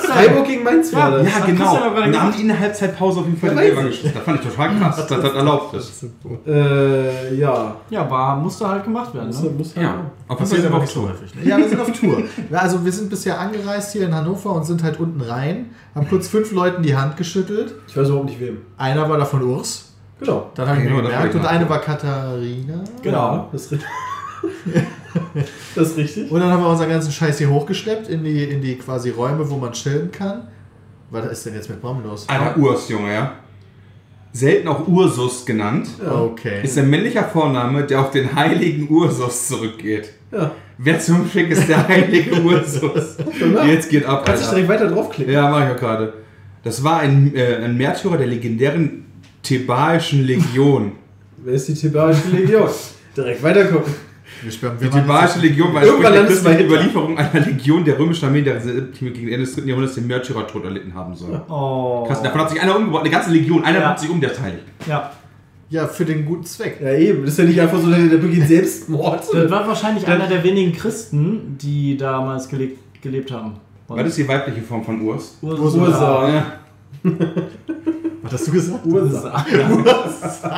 Speaker 5: Freiburg gegen Mainz war das.
Speaker 3: Ja,
Speaker 4: Ach,
Speaker 3: genau.
Speaker 4: Christian hat gerade
Speaker 3: Und da haben
Speaker 4: gesagt.
Speaker 3: die in der Halbzeitpause auf jeden Fall
Speaker 5: Ja,
Speaker 3: den
Speaker 5: weiß
Speaker 3: Elfer
Speaker 5: ich.
Speaker 3: geschossen. Das fand ich total krass, dass das erlaubt ist.
Speaker 5: Äh, ja.
Speaker 4: Ja, war, musste halt gemacht werden.
Speaker 5: Muss,
Speaker 4: Ne?
Speaker 5: muss
Speaker 3: Ja, auf jeden
Speaker 6: Passiert
Speaker 3: Fall
Speaker 6: aber
Speaker 3: auch
Speaker 6: nicht
Speaker 3: so.
Speaker 6: so häufig. Ne? Ja, wir sind auf Tour. Ja, Also wir sind bisher angereist hier in Hannover und sind halt unten rein, haben kurz fünf Leuten die Hand geschüttelt.
Speaker 5: Ich weiß überhaupt nicht wem.
Speaker 6: Einer war davon Urs,
Speaker 5: Genau.
Speaker 6: dann habe ich
Speaker 3: Genau,
Speaker 6: mir
Speaker 3: das
Speaker 6: gemerkt,
Speaker 3: war
Speaker 6: und
Speaker 3: ich
Speaker 6: eine
Speaker 3: noch.
Speaker 6: war Katharina.
Speaker 5: Ja, das ist richtig. das ist richtig.
Speaker 6: Und dann haben wir unseren ganzen Scheiß hier hochgeschleppt in die, in die quasi Räume, wo man chillen kann. Was ist denn jetzt mit Brom los?
Speaker 3: Alter, Urs, Junge, ja. Selten auch Ursus genannt.
Speaker 6: Okay.
Speaker 3: Ist ein männlicher Vorname, der auf den heiligen Ursus zurückgeht.
Speaker 5: Ja.
Speaker 3: Wer zum Fick ist der heilige Ursus?
Speaker 5: Oder?
Speaker 3: Jetzt geht ab,
Speaker 5: Kannst du
Speaker 3: Alter.
Speaker 5: direkt weiter draufklicken?
Speaker 3: Ja, mach ich auch gerade. Das war ein, äh, ein Märtyrer der legendären thebaischen Legion.
Speaker 5: Wer ist die Thebaische Legion? direkt weitergucken.
Speaker 6: Wir spüren,
Speaker 3: Die
Speaker 6: wir waren
Speaker 3: thebaische Legion war
Speaker 5: Irgendwann
Speaker 3: eine
Speaker 5: landest du bei
Speaker 3: christliche
Speaker 5: Hitler.
Speaker 3: Überlieferung einer Legion der römischen Armee, der gegen Ende des 3. Jahrhunderts den Märtyrertod erlitten haben soll.
Speaker 4: Oh.
Speaker 3: Krass, davon hat sich einer umgebracht, eine ganze Legion, einer
Speaker 4: Ja.
Speaker 3: hat sich um, der ist heilig.
Speaker 4: Ja.
Speaker 6: ja, für den guten Zweck.
Speaker 5: Ja, eben. Das ist ja nicht einfach so, der, der begeht Selbstmord.
Speaker 4: Das war wahrscheinlich einer der wenigen Christen, die damals gelebt, gelebt haben.
Speaker 5: Oh.
Speaker 4: Und
Speaker 3: Was ist die weibliche Form von Urs?
Speaker 5: Ursula.
Speaker 3: Ja.
Speaker 6: Was hast du gesagt?
Speaker 5: Ursa.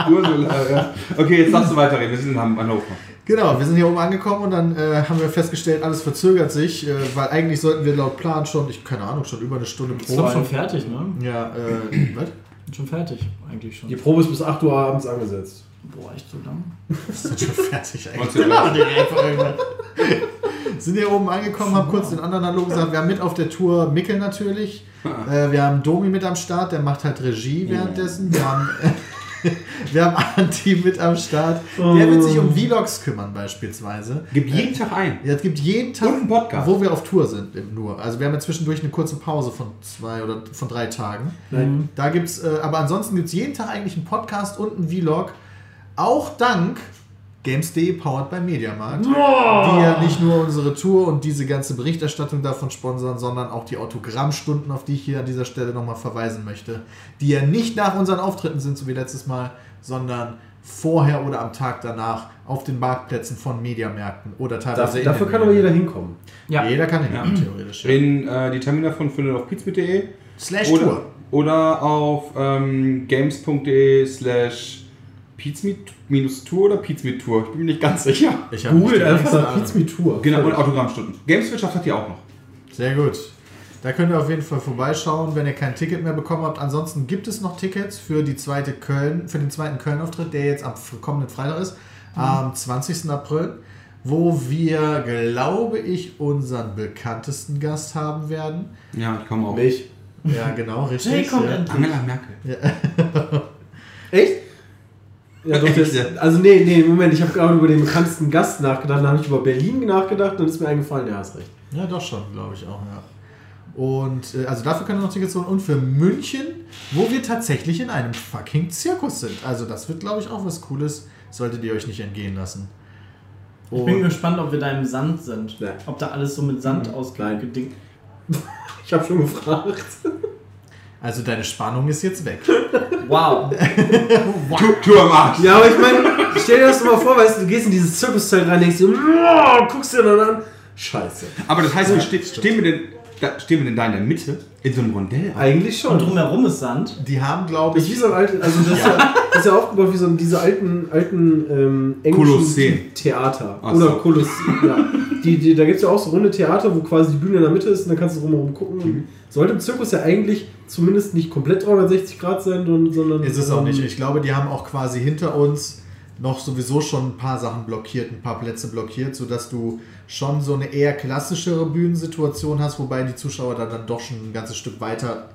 Speaker 3: Ursula, ja. Okay, jetzt darfst du weiterreden. Wir sind in Han- Hannover.
Speaker 6: Genau, wir sind hier oben angekommen und dann äh, haben wir festgestellt, alles verzögert sich, äh, weil eigentlich sollten wir laut Plan schon, ich keine Ahnung, schon über eine Stunde
Speaker 4: Ich glaube schon
Speaker 6: proben.
Speaker 4: fertig, ne?
Speaker 6: Ja, äh, was?
Speaker 4: Schon fertig, eigentlich schon.
Speaker 5: Die Probe ist bis 8 Uhr abends angesetzt.
Speaker 4: Boah, echt so lang?
Speaker 6: Sind schon fertig eigentlich.
Speaker 3: Wolltest du ja
Speaker 6: Machen die einfach irgendwann. Sind hier oben angekommen, haben kurz den anderen Hallo gesagt. Wir haben mit auf der Tour Mickel natürlich. Äh, wir haben Domi mit am Start, der macht halt Regie währenddessen. Wir haben, wir haben Anti mit am Start. Der wird sich um Vlogs kümmern beispielsweise.
Speaker 3: Gib jeden Tag ein.
Speaker 6: Ja, es gibt jeden Tag,
Speaker 3: Und einen Podcast.
Speaker 6: wo wir auf Tour sind, eben nur. Also wir haben ja zwischendurch eine kurze Pause von zwei oder von drei Tagen. Da gibt's, äh, aber ansonsten gibt es jeden Tag eigentlich einen Podcast und einen Vlog. Auch dank Games.de powered bei Mediamarkt, die ja nicht nur unsere Tour und diese ganze Berichterstattung davon sponsern, sondern auch die Autogrammstunden, auf die ich hier an dieser Stelle nochmal verweisen möchte, die ja nicht nach unseren Auftritten sind, so wie letztes Mal, sondern vorher oder am Tag danach auf den Marktplätzen von Mediamärkten oder
Speaker 5: Das, eh
Speaker 6: teilweise in
Speaker 5: dafür
Speaker 6: den
Speaker 5: kann aber jeder hinkommen.
Speaker 4: Ja.
Speaker 6: jeder kann hinkommen, theoretisch. ja.
Speaker 3: In, äh, die Termine davon findet ihr auf pizmit.de
Speaker 6: Slash
Speaker 3: oder,
Speaker 6: Tour.
Speaker 3: oder auf ähm, games.de slash pizmit-tour oder pizmit-tour. Ich bin mir nicht ganz sicher.
Speaker 6: Ich hab
Speaker 5: Googelt
Speaker 6: nicht die
Speaker 5: einfach
Speaker 6: längste
Speaker 5: nach
Speaker 6: Ahnung.
Speaker 5: Pizmi Tour.
Speaker 3: Genau, und Autogrammstunden. Gameswirtschaft hat die auch noch.
Speaker 6: Sehr gut. Da könnt ihr auf jeden Fall vorbeischauen, wenn ihr kein Ticket mehr bekommen habt. Ansonsten gibt es noch Tickets für, die zweite Köln, für den zweiten Köln-Auftritt, der jetzt am f- kommenden Freitag ist, am 20. April, wo wir, glaube ich, unseren bekanntesten Gast haben werden.
Speaker 3: Ja, ich komme auch.
Speaker 5: Mich.
Speaker 6: Ja, genau, richtig.
Speaker 4: Jay kommt
Speaker 6: ja.
Speaker 4: endlich.
Speaker 3: Angela Merkel.
Speaker 5: Echt? Ja, doch, das,
Speaker 3: Echt,
Speaker 5: also nee, nee, Moment, ich habe gerade über den bekanntesten Gast nachgedacht, dann habe ich über Berlin nachgedacht, dann ist mir eingefallen, ja, hast recht.
Speaker 6: Ja, doch schon, glaube ich auch, ja. Und äh, also dafür könnt ihr noch Tickets holen. Und für München, wo wir tatsächlich in einem fucking Zirkus sind. Also das wird, glaube ich, auch was Cooles. Solltet ihr euch nicht entgehen lassen.
Speaker 4: Ich bin gespannt, ob wir da im Sand sind.
Speaker 5: Oh. Ja. Mhm.
Speaker 4: Ob da alles so mit Sand
Speaker 5: Nein.
Speaker 4: ausgedingt
Speaker 5: Ich habe schon gefragt.
Speaker 6: also deine Spannung ist jetzt weg.
Speaker 4: Wow.
Speaker 3: Du, du am Arsch.
Speaker 5: Ja, aber ich meine, stell dir das mal vor, weißt du, du gehst in dieses Zirkuszeug rein, denkst dir, "Wow", guckst dir dann an. Scheiße.
Speaker 3: Aber das heißt, wir ste stehen, wir denn, da, stehen wir denn da in der Mitte? In so einem Rondell?
Speaker 5: Eigentlich
Speaker 4: Und
Speaker 5: schon.
Speaker 4: drumherum ist Sand.
Speaker 6: Die haben, glaube
Speaker 5: Das ist wie
Speaker 6: ich,
Speaker 5: so ein alten, also das, ist, ja, das ist ja aufgebaut wie so ein, diese alten, alten ähm, englischen
Speaker 3: Kolosseen.
Speaker 5: Theater.
Speaker 3: Ach
Speaker 5: Oder
Speaker 3: so.
Speaker 5: Kolosseen, ja. Die, die, da gibt es ja auch so runde Theater, wo quasi die Bühne in der Mitte ist und dann kannst du drumherum gucken.
Speaker 6: Mhm.
Speaker 5: Sollte im Zirkus ja eigentlich zumindest nicht komplett 360 Grad sein, sondern- sondern.
Speaker 6: ist es auch nicht.
Speaker 5: ähm,
Speaker 6: Ich glaube, die haben auch quasi hinter uns noch sowieso schon ein paar Sachen blockiert, ein paar Plätze blockiert, sodass du schon so eine eher klassischere Bühnensituation hast, wobei die Zuschauer dann, dann doch schon ein ganzes Stück weiter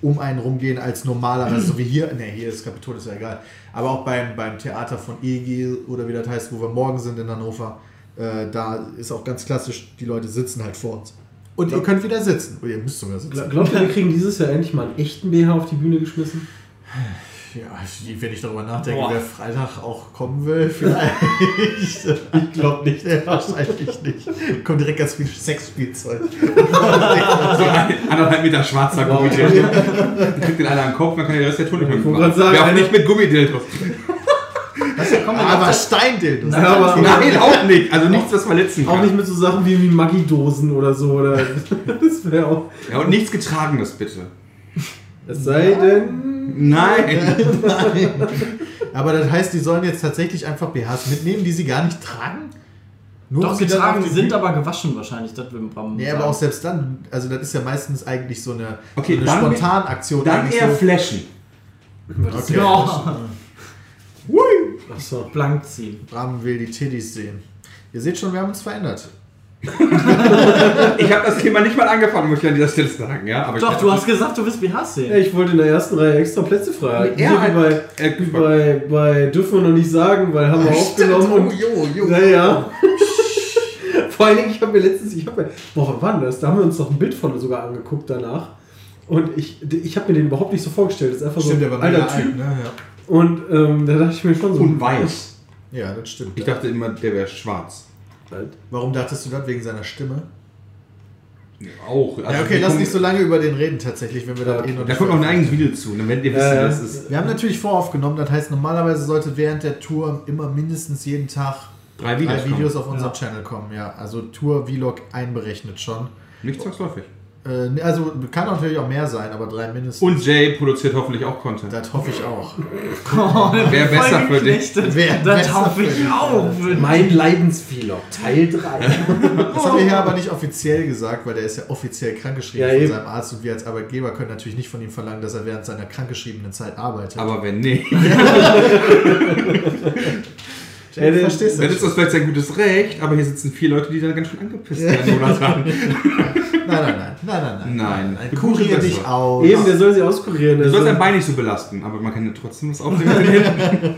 Speaker 6: um einen rumgehen als normalerweise, so wie hier. Ne, hier ist Kapitol, ist ja egal. Aber auch beim, beim Theater von Egil oder wie das heißt, wo wir morgen sind in Hannover, äh, da ist auch ganz klassisch, die Leute sitzen halt vor uns. Und ihr könnt wieder sitzen. Oder ihr müsst sogar sitzen.
Speaker 5: Glaub- Glaubt ihr, wir kriegen dieses Jahr endlich mal einen echten BH auf die Bühne geschmissen?
Speaker 6: Ja, also, wenn ich darüber nachdenke,
Speaker 4: Boah.
Speaker 6: wer Freitag auch kommen will, vielleicht. ich glaube nicht. Wahrscheinlich nicht. Kommt direkt ganz viel Sexspielzeug.
Speaker 3: So Also ein- anderthalb Meter schwarzer Gummidildo. Dann kriegt den einer am Kopf, dann kann der Rest der Tour nicht mehr
Speaker 5: Ich wollte
Speaker 3: mitmachen.
Speaker 5: gerade sagen, also
Speaker 3: Wir auch
Speaker 5: einer-
Speaker 3: nicht mit Gummidildos.
Speaker 6: Aber Steindildos.
Speaker 5: Ja, aber-
Speaker 3: Nein, auch nicht. Also nichts, was verletzen
Speaker 5: Auch
Speaker 3: kann.
Speaker 5: nicht mit so Sachen wie, wie Maggi-Dosen oder so. Oder das wäre auch.
Speaker 3: Ja, und nichts Getragenes, bitte.
Speaker 5: Es sei denn.
Speaker 3: Nein.
Speaker 6: Aber das heißt, die sollen jetzt tatsächlich einfach BHs mitnehmen, die sie gar nicht tragen? Nur um
Speaker 4: Doch
Speaker 6: sie dann
Speaker 4: getragen
Speaker 6: auf die
Speaker 4: sind,
Speaker 6: Bühne-
Speaker 4: aber gewaschen wahrscheinlich. Das will Bram
Speaker 6: Nee,
Speaker 4: sagen.
Speaker 6: aber auch selbst dann, also das ist ja meistens eigentlich so eine,
Speaker 3: Okay,
Speaker 6: so eine
Speaker 3: dann-
Speaker 6: Spontanaktion.
Speaker 3: Dann
Speaker 6: eigentlich
Speaker 3: eher
Speaker 6: so,
Speaker 3: flashen.
Speaker 6: okay.
Speaker 4: Ja.
Speaker 5: Achso.
Speaker 4: Blank ziehen.
Speaker 6: Bram will die Tiddies sehen. Ihr seht schon, wir haben uns verändert.
Speaker 3: Ich habe das Thema nicht mal angefangen, muss ich an dieser Stelle sagen. Ja, aber
Speaker 4: Doch,
Speaker 3: ich,
Speaker 4: du hast gesagt, du willst BHs sehen.
Speaker 5: Ich wollte in der ersten Reihe extra Plätze frei.
Speaker 3: Ja,
Speaker 5: Ja, wie bei,
Speaker 3: äh,
Speaker 5: wie bei, bei dürfen wir noch nicht sagen, weil haben wir aufgenommen.
Speaker 6: Oh,
Speaker 5: Und,
Speaker 6: jo, jo.
Speaker 5: Naja. Vor allen Dingen, ich habe mir letztens, ich habe mir, boah, wann war denn das? Da haben wir uns noch ein Bild von sogar angeguckt danach. Und ich, ich habe mir den überhaupt nicht so vorgestellt. Das ist einfach
Speaker 6: Stimmt,
Speaker 5: so
Speaker 6: der
Speaker 5: ein
Speaker 6: war
Speaker 5: alter
Speaker 6: mega
Speaker 5: Typ.
Speaker 6: alt, ne?
Speaker 5: Und ähm, da dachte ich mir schon so.
Speaker 3: und weiß.
Speaker 6: Ja. ja, das stimmt.
Speaker 3: Ich dachte immer, der wäre schwarz.
Speaker 5: Halt.
Speaker 6: Warum dachtest du das? Wegen seiner Stimme?
Speaker 3: Auch. Also
Speaker 6: ja, okay,
Speaker 3: wir
Speaker 6: lass
Speaker 3: gucken-
Speaker 6: nicht so lange über den reden tatsächlich, wenn wir da eh noch
Speaker 3: Da
Speaker 6: nicht
Speaker 3: kommt noch ein
Speaker 6: veröffentlichen.
Speaker 3: eigenes Video zu, dann werdet ihr wissen,
Speaker 5: Äh,
Speaker 3: das ist
Speaker 6: Wir haben natürlich voraufgenommen, das heißt normalerweise sollte während der Tour immer mindestens jeden Tag
Speaker 3: drei Videos.
Speaker 6: drei Videos
Speaker 3: kommen.
Speaker 6: auf unserem Channel kommen. Ja, also Tour-Vlog einberechnet schon.
Speaker 3: Nicht zwangsläufig.
Speaker 6: Äh, Äh, also kann natürlich auch mehr sein, aber drei mindestens.
Speaker 3: Und Jay produziert hoffentlich auch Content.
Speaker 6: das hoffe ich auch.
Speaker 4: Oh,
Speaker 3: Wer besser für dich?
Speaker 6: Wer
Speaker 4: Wer das
Speaker 6: besser
Speaker 4: hoffe
Speaker 6: für dich.
Speaker 4: ich auch.
Speaker 5: Mein Leidensvlog, Teil 3.
Speaker 6: Das haben wir hier aber nicht offiziell gesagt, weil der ist ja offiziell krankgeschrieben
Speaker 5: Ja,
Speaker 6: von
Speaker 5: eben.
Speaker 6: seinem Arzt und wir als Arbeitgeber können natürlich nicht von ihm verlangen, dass er während seiner krankgeschriebenen Zeit arbeitet.
Speaker 3: Aber wenn nicht,
Speaker 6: Jay, du
Speaker 5: Äh,
Speaker 6: verstehst
Speaker 3: dann
Speaker 6: das.
Speaker 3: ist das vielleicht sein gutes Recht, aber hier sitzen vier Leute, die dann ganz schön angepisst werden, Jonathan.
Speaker 6: Nein, nein, nein, nein, nein, nein.
Speaker 3: Nein.
Speaker 6: nein. Kurier dich aus.
Speaker 5: Eben, der soll sie auskurieren.
Speaker 3: Du
Speaker 5: also-
Speaker 3: sollst dein Bein nicht so belasten, aber man kann ja trotzdem was aufnehmen.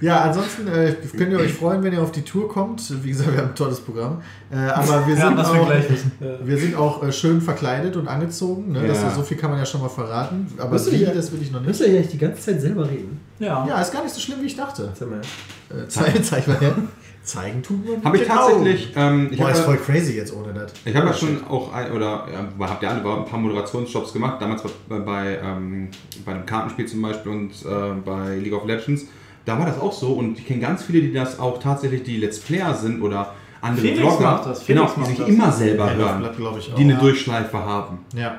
Speaker 6: Ja, ansonsten äh, könnt ihr euch freuen, wenn ihr auf die Tour kommt. Wie gesagt, wir haben ein tolles Programm. Äh, aber wir
Speaker 4: Ja,
Speaker 6: sind,
Speaker 4: was wir
Speaker 6: auch,
Speaker 4: gleich wissen.
Speaker 6: wir sind auch äh, schön verkleidet und angezogen. Ne? Das,
Speaker 3: Ja.
Speaker 6: so viel kann man ja schon mal verraten. Aber
Speaker 5: Musst du
Speaker 6: wie,
Speaker 5: dich-
Speaker 6: das will ich noch
Speaker 5: Müsst
Speaker 6: nicht.
Speaker 5: ihr ja nicht die ganze Zeit selber reden.
Speaker 4: Ja.
Speaker 6: Ja, ist gar nicht so schlimm, wie ich dachte.
Speaker 5: Sag mal.
Speaker 6: Äh, zeig, zeig mal her. Zeigen tun wir mit
Speaker 3: Habe ich
Speaker 6: den Augen.
Speaker 3: tatsächlich. Ähm, ich
Speaker 6: Boah,
Speaker 3: habe
Speaker 6: ist voll crazy jetzt ohne das.
Speaker 3: Ich habe ja schon auch ein, oder ja, habt ihr alle überhaupt ein paar Moderationsjobs gemacht, damals bei, bei, ähm, bei einem Kartenspiel zum Beispiel und äh, bei League of Legends. Da war das auch so und ich kenne ganz viele, die das auch tatsächlich die Let's Player sind oder andere
Speaker 4: Felix
Speaker 3: Blogger,
Speaker 4: macht das, Felix
Speaker 3: genau, die
Speaker 4: macht
Speaker 3: sich
Speaker 4: das.
Speaker 3: immer selber hören,
Speaker 6: Blatt, glaube ich, auch.
Speaker 3: die eine
Speaker 6: ja.
Speaker 3: Durchschleife haben,
Speaker 6: ja.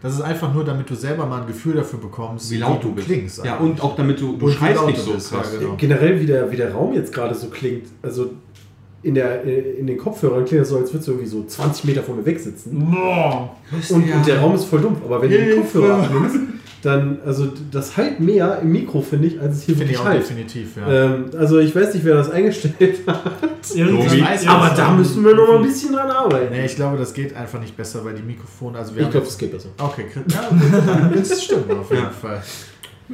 Speaker 6: Das ist einfach nur, damit du selber mal ein Gefühl dafür bekommst,
Speaker 3: wie laut du bist.
Speaker 6: klingst.
Speaker 3: ja, und auch damit du, du
Speaker 6: Und wie
Speaker 3: schreist
Speaker 6: laut
Speaker 3: nicht
Speaker 6: du
Speaker 3: so
Speaker 6: bist, ja,
Speaker 3: krass.
Speaker 6: genau.
Speaker 5: Generell, wie der, wie der Raum jetzt gerade so klingt, also in, der, äh, in den Kopfhörern klingt das so, als würdest du irgendwie so 20 Meter von mir weg sitzen.
Speaker 4: Boah.
Speaker 5: Und,
Speaker 3: Ja.
Speaker 5: und der Raum ist voll dumpf, aber wenn du den
Speaker 3: Hilfe.
Speaker 5: Kopfhörer abnimmst, dann, also das halt mehr im Mikro, finde ich, als es hier
Speaker 6: Finde
Speaker 5: wirklich
Speaker 6: ich auch
Speaker 5: halt.
Speaker 6: definitiv, ja.
Speaker 3: Äh,
Speaker 5: Ähm, also ich weiß nicht, wer das eingestellt hat,
Speaker 3: Domi.
Speaker 4: Irgendwie.
Speaker 5: aber da müssen wir noch mal ein bisschen dran arbeiten.
Speaker 6: Nee, ich glaube, das geht einfach nicht besser, weil die Mikrofone, also wir
Speaker 5: Ich
Speaker 6: haben
Speaker 5: glaube, es geht besser.
Speaker 6: Okay, Chris- ja, okay, dann- das stimmt auf jeden
Speaker 3: Ja. Ja,
Speaker 6: Fall.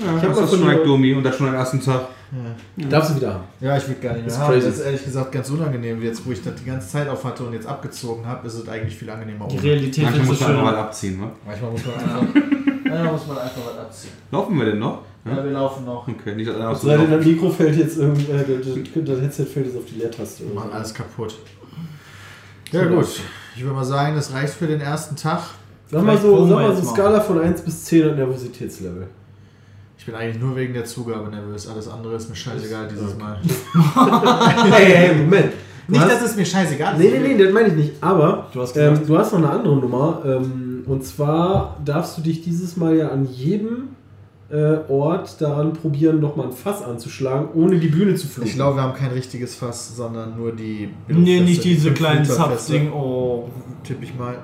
Speaker 3: ich
Speaker 5: hab
Speaker 3: habe
Speaker 5: mal
Speaker 3: das
Speaker 5: von-
Speaker 3: Strike Domi und das schon am ersten Tag.
Speaker 5: Darfst du wieder haben.
Speaker 6: Ja, ich will gar nicht mehr
Speaker 5: Ist
Speaker 6: haben.
Speaker 5: crazy.
Speaker 6: Das ist ehrlich gesagt ganz unangenehm. Jetzt, wo ich das die ganze Zeit auf hatte und jetzt abgezogen habe, ist es eigentlich viel angenehmer.
Speaker 4: Die
Speaker 6: ohne.
Speaker 4: Realität
Speaker 3: Manchmal
Speaker 4: ist so
Speaker 3: muss man einfach mal
Speaker 4: schön.
Speaker 3: abziehen. Ne?
Speaker 6: Manchmal muss man einfach, manchmal muss man einfach was abziehen.
Speaker 3: Laufen wir denn noch?
Speaker 6: Ja, wir laufen noch.
Speaker 3: Okay, nicht dass einer aus dem
Speaker 5: Sei denn,
Speaker 3: Lauf-
Speaker 5: das Mikro fällt jetzt irgendwie, äh, das, das Headset fällt jetzt auf die Leertaste.
Speaker 6: Wir
Speaker 5: Oder
Speaker 6: machen
Speaker 5: so.
Speaker 6: alles kaputt. Ja, gut. Ich würde mal sagen, das reicht für den ersten Tag.
Speaker 5: Sag mal
Speaker 4: Vielleicht
Speaker 5: so,
Speaker 4: proben
Speaker 5: sag
Speaker 4: wir
Speaker 5: mal so
Speaker 4: jetzt mal.
Speaker 5: Skala von 1 bis 10 an Nervositätslevel.
Speaker 6: Ich bin eigentlich nur wegen der Zugabe nervös. Alles andere ist mir scheißegal dieses Mal.
Speaker 5: hey, hey, Moment.
Speaker 6: Nicht, dass es mir scheißegal ist.
Speaker 5: Nee, nee, nee, das meine ich nicht. Aber
Speaker 4: Du hast gesagt-
Speaker 5: ähm, du hast noch eine andere Nummer. Ähm, und zwar darfst du dich dieses Mal ja an jedem äh, Ort daran probieren, nochmal ein Fass anzuschlagen, ohne die Bühne zu fluchen.
Speaker 6: Ich glaube, wir haben kein richtiges Fass, sondern nur die.
Speaker 4: Nee, nicht
Speaker 6: Fässer, die
Speaker 4: diese
Speaker 6: fünf
Speaker 4: kleinen
Speaker 6: Liter Fässer.
Speaker 4: Zapfding. Oh.
Speaker 6: Tippe ich mal.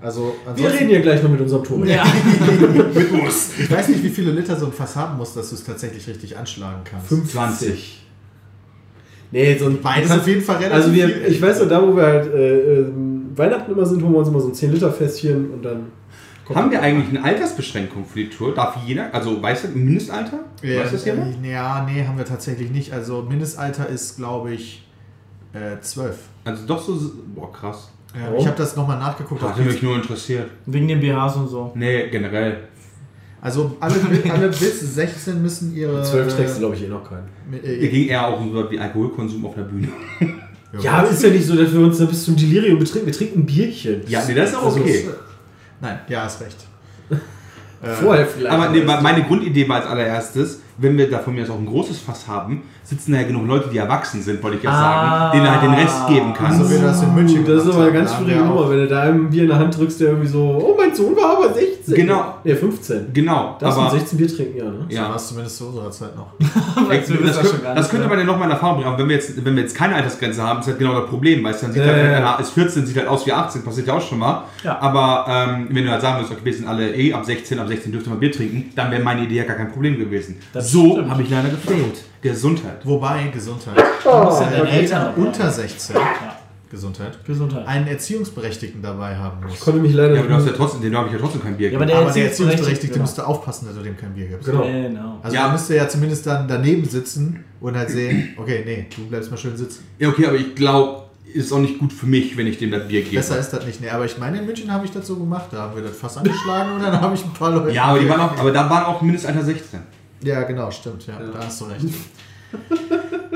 Speaker 6: Also,
Speaker 5: wir
Speaker 6: ansonsten,
Speaker 5: reden ja gleich noch mit unserem Ton.
Speaker 4: Ja.
Speaker 6: ich weiß nicht, wie viele Liter so ein Fass haben muss, dass du es tatsächlich richtig anschlagen kannst.
Speaker 5: 20. Nee, so ein
Speaker 6: Beides auf jeden Fall relativ
Speaker 5: Also
Speaker 6: viel.
Speaker 5: wir, ich weiß noch, da wo wir halt äh, ähm, Weihnachten immer sind, holen wir uns immer so ein 10-Liter-Fässchen und dann
Speaker 3: Haben wir eigentlich eine Altersbeschränkung für die Tour? Darf jeder, also weißt du, Mindestalter?
Speaker 6: Ja,
Speaker 3: Weiß das jemand?
Speaker 6: äh, Ja, nee, haben wir tatsächlich nicht. Also, Mindestalter ist, glaube ich, äh, 12.
Speaker 3: Also doch so, boah krass.
Speaker 6: Ja,
Speaker 5: Warum?
Speaker 6: ich habe das nochmal nachgeguckt. auf
Speaker 3: Hat mich nur interessiert.
Speaker 4: Wegen den BHs und so.
Speaker 3: Nee, generell.
Speaker 6: Also, alle, alle bis 16 müssen ihre.
Speaker 5: 12 trägst du, glaube ich, eh noch keinen.
Speaker 3: Hier
Speaker 6: äh,
Speaker 3: ging eher auch über wie Alkoholkonsum auf der Bühne.
Speaker 5: Ja, aber ist ja nicht so, dass wir uns da bis zum Delirium betrinken. Wir trinken ein Bierchen.
Speaker 3: Ja, nee, das ist auch
Speaker 6: Also,
Speaker 3: okay.
Speaker 6: Nein, ja, hast recht. Äh,
Speaker 5: Vorher vielleicht.
Speaker 3: Aber nee, meine Grundidee war als allererstes, wenn wir da von mir aus auch ein großes Fass haben, sitzen da ja genug Leute, die erwachsen sind, wollte ich ja
Speaker 4: Ah.
Speaker 3: sagen, denen du halt den Rest geben kannst.
Speaker 6: So wie Also wir das in München
Speaker 5: das ist
Speaker 6: gemacht
Speaker 5: aber eine
Speaker 6: haben,
Speaker 5: ganz
Speaker 6: da haben
Speaker 5: schwierige
Speaker 6: wir auch-
Speaker 5: Nummer, wenn du da einem Bier in der Hand drückst, der irgendwie so, oh, mein Sohn war aber 16.
Speaker 3: Genau.
Speaker 5: Nee, 15.
Speaker 3: Genau,
Speaker 5: Darfst du mit
Speaker 3: aber
Speaker 5: 16 Bier trinken, ja, ne?
Speaker 6: Ja.
Speaker 3: ja.
Speaker 6: War es zumindest zu unserer Zeit noch.
Speaker 3: Das,
Speaker 4: Wir wissen das schon
Speaker 3: könnte,
Speaker 4: gar
Speaker 3: das
Speaker 4: nicht,
Speaker 3: könnte
Speaker 4: ne?
Speaker 3: man ja nochmal in Erfahrung bringen, aber wenn wir, jetzt, wenn wir jetzt keine Altersgrenze haben, ist halt genau das Problem, weißt du, dann sieht
Speaker 5: Ja,
Speaker 3: halt,
Speaker 5: ja, ja.
Speaker 3: einer ist 14, sieht halt aus wie 18, passiert ja auch schon mal.
Speaker 4: Ja.
Speaker 3: Aber ähm, wenn du halt sagen würdest, okay, wir sind alle eh ab 16, ab 16 dürfte man Bier trinken, dann wäre meine Idee ja gar kein Problem gewesen.
Speaker 4: Das
Speaker 3: so
Speaker 4: stimmt.
Speaker 3: habe ich leider gefehlt. Gesundheit.
Speaker 6: Wobei, Gesundheit. Du musst Oh, ja deine Eltern unter 16 Gesundheit
Speaker 4: Gesundheit.
Speaker 6: einen Erziehungsberechtigten dabei haben
Speaker 5: Ich
Speaker 6: musst.
Speaker 5: konnte mich leider
Speaker 3: Ja, aber du hast ja trotzdem, den habe ich ja trotzdem kein Bier
Speaker 4: Ja, aber
Speaker 3: gegeben.
Speaker 4: der
Speaker 6: Aber der
Speaker 4: Erziehungsberechtigte,
Speaker 6: Erziehungsberechtigte
Speaker 4: genau.
Speaker 6: müsste aufpassen, dass du dem kein Bier gibst.
Speaker 5: Genau.
Speaker 4: Genau.
Speaker 6: Also
Speaker 3: Ja.
Speaker 6: ja. müsste ja zumindest dann daneben sitzen und halt sehen, okay, nee, du bleibst mal schön sitzen.
Speaker 3: Ja, okay, aber ich glaube, ist auch nicht gut für mich, wenn ich dem das Bier gebe.
Speaker 6: Besser ist das nicht. Nee, aber ich meine, in München habe ich das so gemacht. Da haben wir das fast angeschlagen und dann habe ich ein paar Leute.
Speaker 3: ja, aber, die waren auch, aber da waren auch Mindestalter 16.
Speaker 6: Ja, genau, stimmt. Ja, da hast du recht.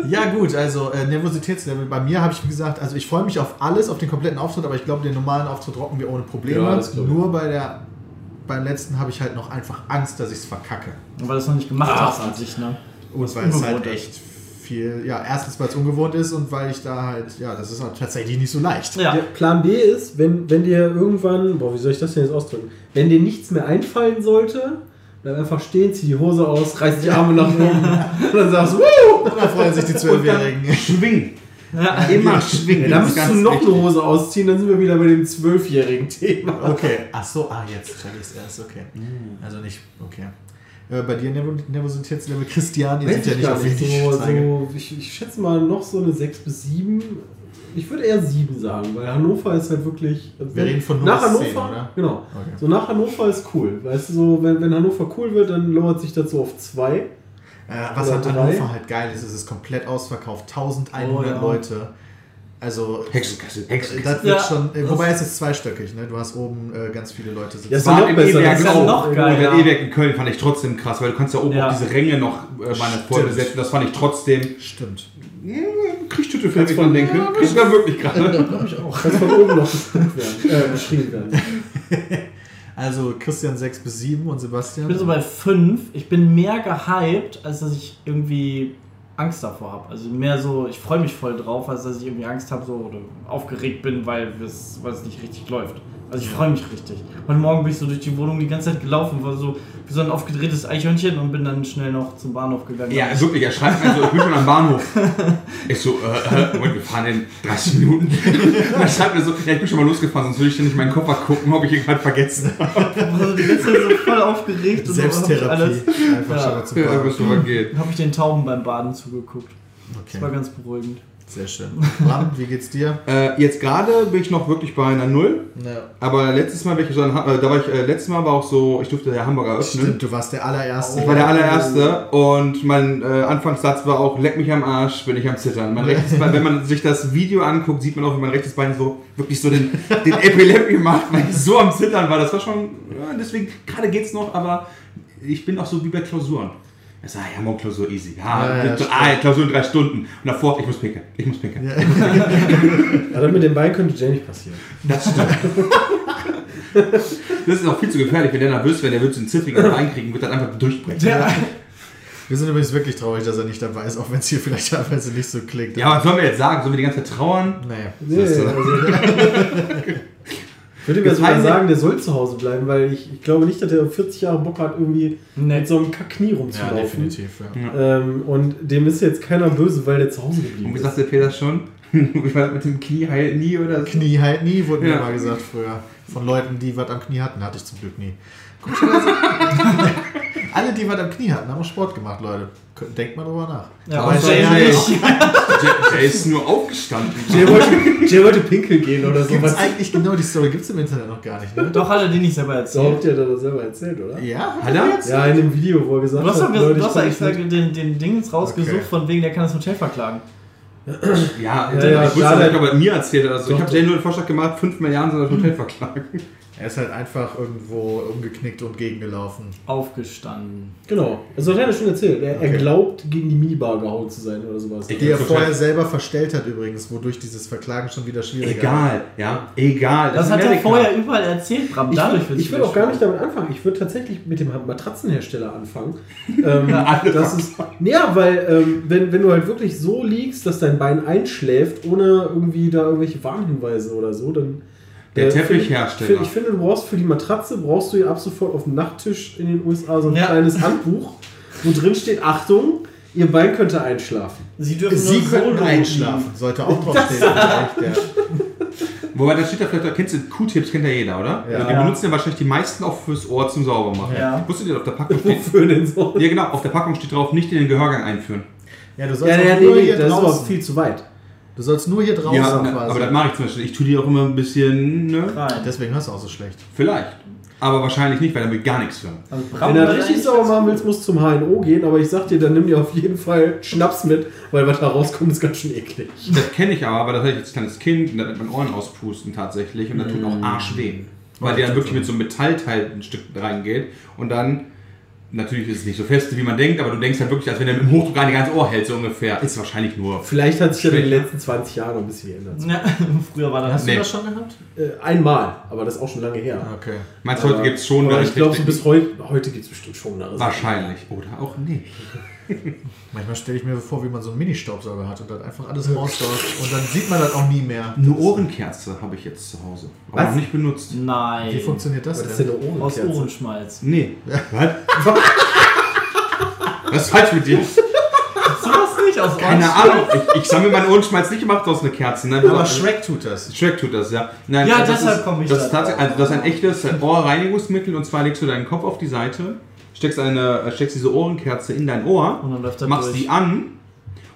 Speaker 6: ja, gut, also äh, Nervositätslevel. Bei mir habe ich, wie gesagt, also ich freue mich auf alles, auf den kompletten Auftritt, aber ich glaube, den normalen Auftritt rocken wir ohne Probleme.
Speaker 5: Ja, das glaube ich.
Speaker 6: Nur bei der, beim letzten habe ich halt noch einfach Angst, dass ich es verkacke.
Speaker 4: Weil du es noch nicht gemacht hast an sich, ne?
Speaker 6: Und weil es halt
Speaker 4: ungewohnt ist.
Speaker 6: echt viel, ja, erstens, weil es ungewohnt ist und weil ich da halt, ja, das ist halt tatsächlich nicht so leicht.
Speaker 4: Ja.
Speaker 5: Der Plan B ist, wenn, wenn dir irgendwann, boah, wie soll ich das denn jetzt ausdrücken? Wenn dir nichts mehr einfallen sollte, bleib einfach stehen, zieh die Hose aus, reiß die Arme nach oben und dann sagst du, Wuh!
Speaker 6: Da freuen sich die Zwölfjährigen.
Speaker 3: Schwingen.
Speaker 4: Ja.
Speaker 3: Immer schwingen.
Speaker 5: Dann
Speaker 3: Das ist
Speaker 5: müsstest du
Speaker 3: ganz
Speaker 5: noch
Speaker 3: wichtig.
Speaker 5: eine Hose ausziehen, dann sind wir wieder bei dem zwölfjährigen Thema.
Speaker 6: Okay, ach so, ah, jetzt check ich's erst, okay. Also nicht, okay. Äh, bei dir Nervo- Nervositätslevel Christian, ihr
Speaker 5: Weiß
Speaker 6: seid ja
Speaker 5: ich
Speaker 6: nicht
Speaker 5: gar
Speaker 6: auf
Speaker 5: nicht.
Speaker 6: wenig
Speaker 5: also So,
Speaker 6: Steige.
Speaker 5: so, ich, ich schätze mal noch so eine 6 bis 7. Ich würde eher 7 sagen, weil Hannover ist halt wirklich.
Speaker 6: Wir reden von
Speaker 5: nach
Speaker 6: Hannover
Speaker 5: Hannover,
Speaker 6: 10, oder?
Speaker 5: Genau.
Speaker 6: Okay.
Speaker 5: So nach Hannover ist cool. Weißt du, so, wenn, wenn Hannover cool wird, dann lowert sich das so auf 2.
Speaker 6: Äh, was
Speaker 5: Oder
Speaker 6: an
Speaker 5: drei.
Speaker 6: Hannover halt geil ist, es ist komplett ausverkauft, 1100
Speaker 4: Oh, ja.
Speaker 6: Leute. Also,
Speaker 3: Hexenkessel,
Speaker 6: äh,
Speaker 3: Hexenkessel.
Speaker 6: das wird
Speaker 4: Ja,
Speaker 6: schon, äh,
Speaker 4: das-
Speaker 6: wobei es ist zweistöckig, ne? Du hast oben äh, ganz viele Leute sitzen.
Speaker 5: Ja,
Speaker 3: Das war
Speaker 5: noch
Speaker 3: im
Speaker 5: besser,
Speaker 3: E-Werk
Speaker 5: das ist
Speaker 3: auch.
Speaker 4: noch
Speaker 3: Geil,
Speaker 4: geiler.
Speaker 3: ja. E-Werk in Köln fand ich trotzdem krass, weil du kannst ja oben
Speaker 4: Ja.
Speaker 3: auch diese Ränge noch äh, meine voll besetzen. Das fand ich trotzdem.
Speaker 6: Stimmt.
Speaker 3: Kriegst du vielleicht dran denke. Kriegst du da wirklich gerade.
Speaker 5: Kannst von oben noch bestimmt werden, äh, beschrieben werden.
Speaker 6: Also Christian 6 bis 7 und Sebastian.
Speaker 4: Ich bin so bei 5. Ich bin mehr gehypt, als dass ich irgendwie Angst davor habe. Also mehr so, ich freue mich voll drauf, als dass ich irgendwie Angst habe so, oder aufgeregt bin, weil es weil es nicht richtig läuft. Also ich freue mich richtig. Heute Morgen bin ich so durch die Wohnung die ganze Zeit gelaufen, war so wie so ein aufgedrehtes Eichhörnchen und bin dann schnell noch zum Bahnhof gegangen.
Speaker 3: ja, wirklich, er schreibt mir so, ich bin schon am Bahnhof. Ich so, äh, äh, Moment, wir fahren in 30 Minuten. Und er schreibt mir so, ja, ich bin schon mal losgefahren, sonst würde ich dann nicht meinen Koffer gucken, ob ich ihn gerade vergessen habe.
Speaker 4: Ich war so Also, die ganze Zeit so voll aufgeregt und so, hab ich
Speaker 6: Selbsttherapie.
Speaker 4: alles.
Speaker 6: Einfach
Speaker 4: Ja.
Speaker 6: schon mal zum
Speaker 3: Ja,
Speaker 6: Baden.
Speaker 3: was drüber geht.
Speaker 4: Habe ich den Tauben beim Baden zugeguckt. Das war
Speaker 6: Okay,
Speaker 4: ganz beruhigend.
Speaker 6: sehr schön. Bram, wie geht's dir?
Speaker 3: Äh, jetzt gerade bin ich noch wirklich bei einer Null.
Speaker 6: Na,
Speaker 3: Aber letztes Mal, bin ich so ein, Ha- äh, da war ich, äh, letztes Mal war auch so, ich durfte der Hamburger öffnen.
Speaker 6: stimmt, du warst der allererste.
Speaker 3: Ich war der allererste und mein äh, Anfangssatz war auch, leck mich am Arsch, bin ich am Zittern. Mein rechtes Bein, wenn man sich das Video anguckt, sieht man auch, wie mein rechtes Bein so wirklich so den, den Epilepti macht, weil ich so am Zittern war. Das war schon, ja, deswegen, gerade geht's noch, aber ich bin auch so wie bei Klausuren. Er sagt, ja, morgen Klausur easy.
Speaker 6: Ja,
Speaker 3: Ja,
Speaker 6: ja,
Speaker 3: ja, ah, Klausur in drei Stunden. Und davor, ich muss pinkeln, ich muss pinkeln.
Speaker 6: Ja.
Speaker 5: Ja, dann mit dem Bein könnte Jay nicht passieren.
Speaker 3: Das stimmt. das ist auch viel zu gefährlich, wenn der nervös wäre, der wird so einen zittrigen Bein kriegen, wird dann einfach durchbrechen.
Speaker 6: Wir sind übrigens wirklich traurig, dass er nicht dabei ist, auch wenn es hier vielleicht teilweise nicht so klingt.
Speaker 3: Ja, was sollen wir jetzt sagen? Sollen wir die ganze Zeit trauern?
Speaker 6: Nee.
Speaker 5: Nee,
Speaker 3: Siehst
Speaker 5: also,
Speaker 3: du.
Speaker 5: ich würde ihm ja
Speaker 3: Jetzt
Speaker 5: sogar
Speaker 3: heißt-
Speaker 5: sagen, der soll zu Hause bleiben, weil ich, ich glaube nicht, dass er 40 Jahre Bock hat, irgendwie
Speaker 4: Nee.
Speaker 5: mit so einem Kack-Knie
Speaker 6: Ja,
Speaker 5: rumzulaufen.
Speaker 6: definitiv. Ja.
Speaker 5: Ähm, und dem ist jetzt keiner böse, weil der zu Hause
Speaker 3: Und
Speaker 5: geblieben
Speaker 3: wie
Speaker 5: ist.
Speaker 3: sagte Peter schon? Wie war das mit dem Knie heilt nie oder so?
Speaker 6: Knie halt nie, wurde mir
Speaker 3: Ja.
Speaker 6: mal gesagt früher. Von Leuten, die was am Knie hatten, hatte ich zum Glück nie. Komischerweise. Alle, die was am Knie hatten, haben auch Sport gemacht, Leute. Denkt mal drüber nach.
Speaker 4: Ja,
Speaker 6: Aber
Speaker 4: und
Speaker 6: es
Speaker 4: Jay
Speaker 6: war
Speaker 3: ja
Speaker 4: nicht.
Speaker 3: Der, der ist nur aufgestanden.
Speaker 5: Jay wollte, Jay wollte pinkeln gehen oder so.
Speaker 6: Gibt's
Speaker 5: Also, Was
Speaker 6: eigentlich genau die Story gibt es im Internet noch gar nicht, ne?
Speaker 4: Doch hat er den nicht selber
Speaker 5: so
Speaker 4: erzählt.
Speaker 5: habt ihr das selber erzählt, oder?
Speaker 6: Ja,
Speaker 3: Hat er?
Speaker 5: Ja, in dem Video, wo er gesagt
Speaker 4: Du hast
Speaker 5: hat,
Speaker 4: doch ges-
Speaker 5: Leute,
Speaker 4: du
Speaker 5: ich
Speaker 4: hast doch
Speaker 5: kann
Speaker 4: extra
Speaker 5: nicht mit-
Speaker 4: den, den Dingens rausgesucht,
Speaker 6: Okay.
Speaker 4: von wegen, der kann das Hotel verklagen.
Speaker 3: Ja,
Speaker 5: Ja, ja,
Speaker 3: ich wusste
Speaker 5: klar,
Speaker 3: nicht,
Speaker 5: der-
Speaker 3: ob er mir erzählt hat. Also ich
Speaker 5: Doch,
Speaker 3: habe denen nur den Vorschlag gemacht, 5 Milliarden soll das Hotel verklagen.
Speaker 6: er ist halt einfach irgendwo umgeknickt und gegengelaufen.
Speaker 4: Aufgestanden.
Speaker 5: Genau, also hat er schon erzählt. Er,
Speaker 6: Okay.
Speaker 5: er glaubt, gegen die Minibar gehauen zu sein oder sowas.
Speaker 3: Ich-
Speaker 6: Die er
Speaker 3: Total.
Speaker 6: vorher selber verstellt hat übrigens, wodurch dieses Verklagen schon wieder schwieriger
Speaker 3: Egal, ja, egal.
Speaker 4: Das,
Speaker 3: ist
Speaker 4: hat er
Speaker 3: Amerika.
Speaker 4: vorher überall erzählt, Bram. Dadurch
Speaker 5: ich, ich will auch gar nicht damit anfangen. Ich würde tatsächlich mit dem Matratzenhersteller anfangen. Ähm,
Speaker 3: alle
Speaker 5: das ist, ja, weil ähm, wenn, wenn du halt wirklich so liegst, dass dein Bein einschläft, ohne irgendwie da irgendwelche Warnhinweise oder so, dann...
Speaker 3: Der
Speaker 5: äh,
Speaker 3: Teppichhersteller.
Speaker 5: find- Ich finde, du brauchst für die Matratze, brauchst du ja ab sofort auf dem Nachttisch in den USA so ein
Speaker 4: Ja.
Speaker 5: kleines Handbuch, wo drin steht, Achtung, ihr Bein könnte einschlafen.
Speaker 4: Sie dürfen
Speaker 6: ist. Sie
Speaker 4: nur
Speaker 6: können
Speaker 4: Solo
Speaker 6: einschlafen, sollte auch draufstehen. vielleicht, ja.
Speaker 3: Wobei, da steht ja vielleicht, kennst du Q-Tips, kennt ja jeder, oder?
Speaker 6: Ja.
Speaker 3: Also, die
Speaker 4: Ja.
Speaker 3: benutzen ja wahrscheinlich die meisten auch fürs Ohr zum Saubermachen.
Speaker 4: Ja.
Speaker 3: Wusstet ihr, auf der Packung steht...
Speaker 5: Wofür denn so?
Speaker 3: Ja genau, auf der Packung steht drauf, nicht in den Gehörgang einführen.
Speaker 6: ja, du sollst
Speaker 5: Ja, ja,
Speaker 6: auch
Speaker 5: nee,
Speaker 6: nur
Speaker 5: nee,
Speaker 6: hier
Speaker 5: das ist aber
Speaker 6: draußen.
Speaker 5: viel zu weit.
Speaker 6: Du sollst nur hier draußen
Speaker 3: Ja,
Speaker 6: quasi.
Speaker 3: aber das mache ich zum Beispiel. Ich tue die auch immer ein bisschen, ne?
Speaker 4: Nein.
Speaker 6: Deswegen hörst du auch so schlecht.
Speaker 3: Vielleicht. Aber wahrscheinlich nicht, weil dann will ich gar nichts hören.
Speaker 4: Also Bram
Speaker 5: Wenn du
Speaker 4: war
Speaker 5: richtig
Speaker 4: eigentlich
Speaker 5: sauber
Speaker 4: ganz
Speaker 5: machen
Speaker 4: gut.
Speaker 5: willst, musst du zum HNO gehen, aber ich sag dir, dann nimm dir auf jeden Fall Schnaps mit, weil was da rauskommt, ist ganz schön eklig.
Speaker 3: Das kenne ich aber, weil das hatte ich als kleines Kind und da hat man Ohren auspusten tatsächlich und da tut
Speaker 5: Mm.
Speaker 3: auch Arsch weh. Weil der dann wirklich mit so einem Metallteil ein Stück reingeht und dann, natürlich ist es nicht so fest, wie man denkt, aber du denkst halt wirklich, als wenn der mit dem Hochdruck rein die ganze Ohr hält, so ungefähr. Ist wahrscheinlich nur.
Speaker 5: Vielleicht hat sich ja in den
Speaker 3: Schlecht.
Speaker 5: letzten 20 Jahren noch ein bisschen geändert.
Speaker 4: Ja, früher war das.
Speaker 6: Hast
Speaker 3: Nee.
Speaker 6: du das schon gehabt?
Speaker 5: Äh, einmal. aber das ist auch schon lange her.
Speaker 6: Okay.
Speaker 3: Meinst du, heute
Speaker 5: Aber-
Speaker 3: gibt es schon
Speaker 5: aber
Speaker 3: welche
Speaker 5: ich glaube, so
Speaker 3: Technik?
Speaker 5: bis heute, heute gibt es bestimmt schon eine
Speaker 3: Wahrscheinlich. Oder auch nicht.
Speaker 6: Manchmal stelle ich mir vor, wie man so einen Mini-Staubsauger hat und dann einfach alles rausläuft und dann sieht man das auch nie mehr.
Speaker 3: Eine Ohrenkerze habe ich jetzt zu Hause. Aber
Speaker 5: Was?
Speaker 3: noch nicht benutzt.
Speaker 4: Nein.
Speaker 6: Wie funktioniert das
Speaker 5: Was ist denn
Speaker 6: denn?
Speaker 5: eine
Speaker 4: Aus
Speaker 5: Ohrenkerze?
Speaker 4: Ohrenschmalz.
Speaker 3: Nee. Was? Was ist falsch mit dir?
Speaker 4: So was nicht aus
Speaker 3: Keine
Speaker 4: Ohrenschmalz.
Speaker 3: Ahnung. Ich, ich sammle meinen Ohrenschmalz nicht gemacht aus einer Kerze. Nein,
Speaker 6: Aber
Speaker 3: du-
Speaker 6: Shrek tut das.
Speaker 3: Shrek tut das, ja. Nein,
Speaker 4: Ja, deshalb
Speaker 3: ist-
Speaker 4: komm ich
Speaker 3: das
Speaker 4: da
Speaker 3: ist tatsächlich, also Das ist ein echtes Ohrreinigungsmittel und zwar legst du deinen Kopf auf die Seite, steckst, eine, äh, steckst diese Ohrenkerze in dein Ohr,
Speaker 4: Und dann läuft er
Speaker 3: machst
Speaker 4: durch.
Speaker 3: die an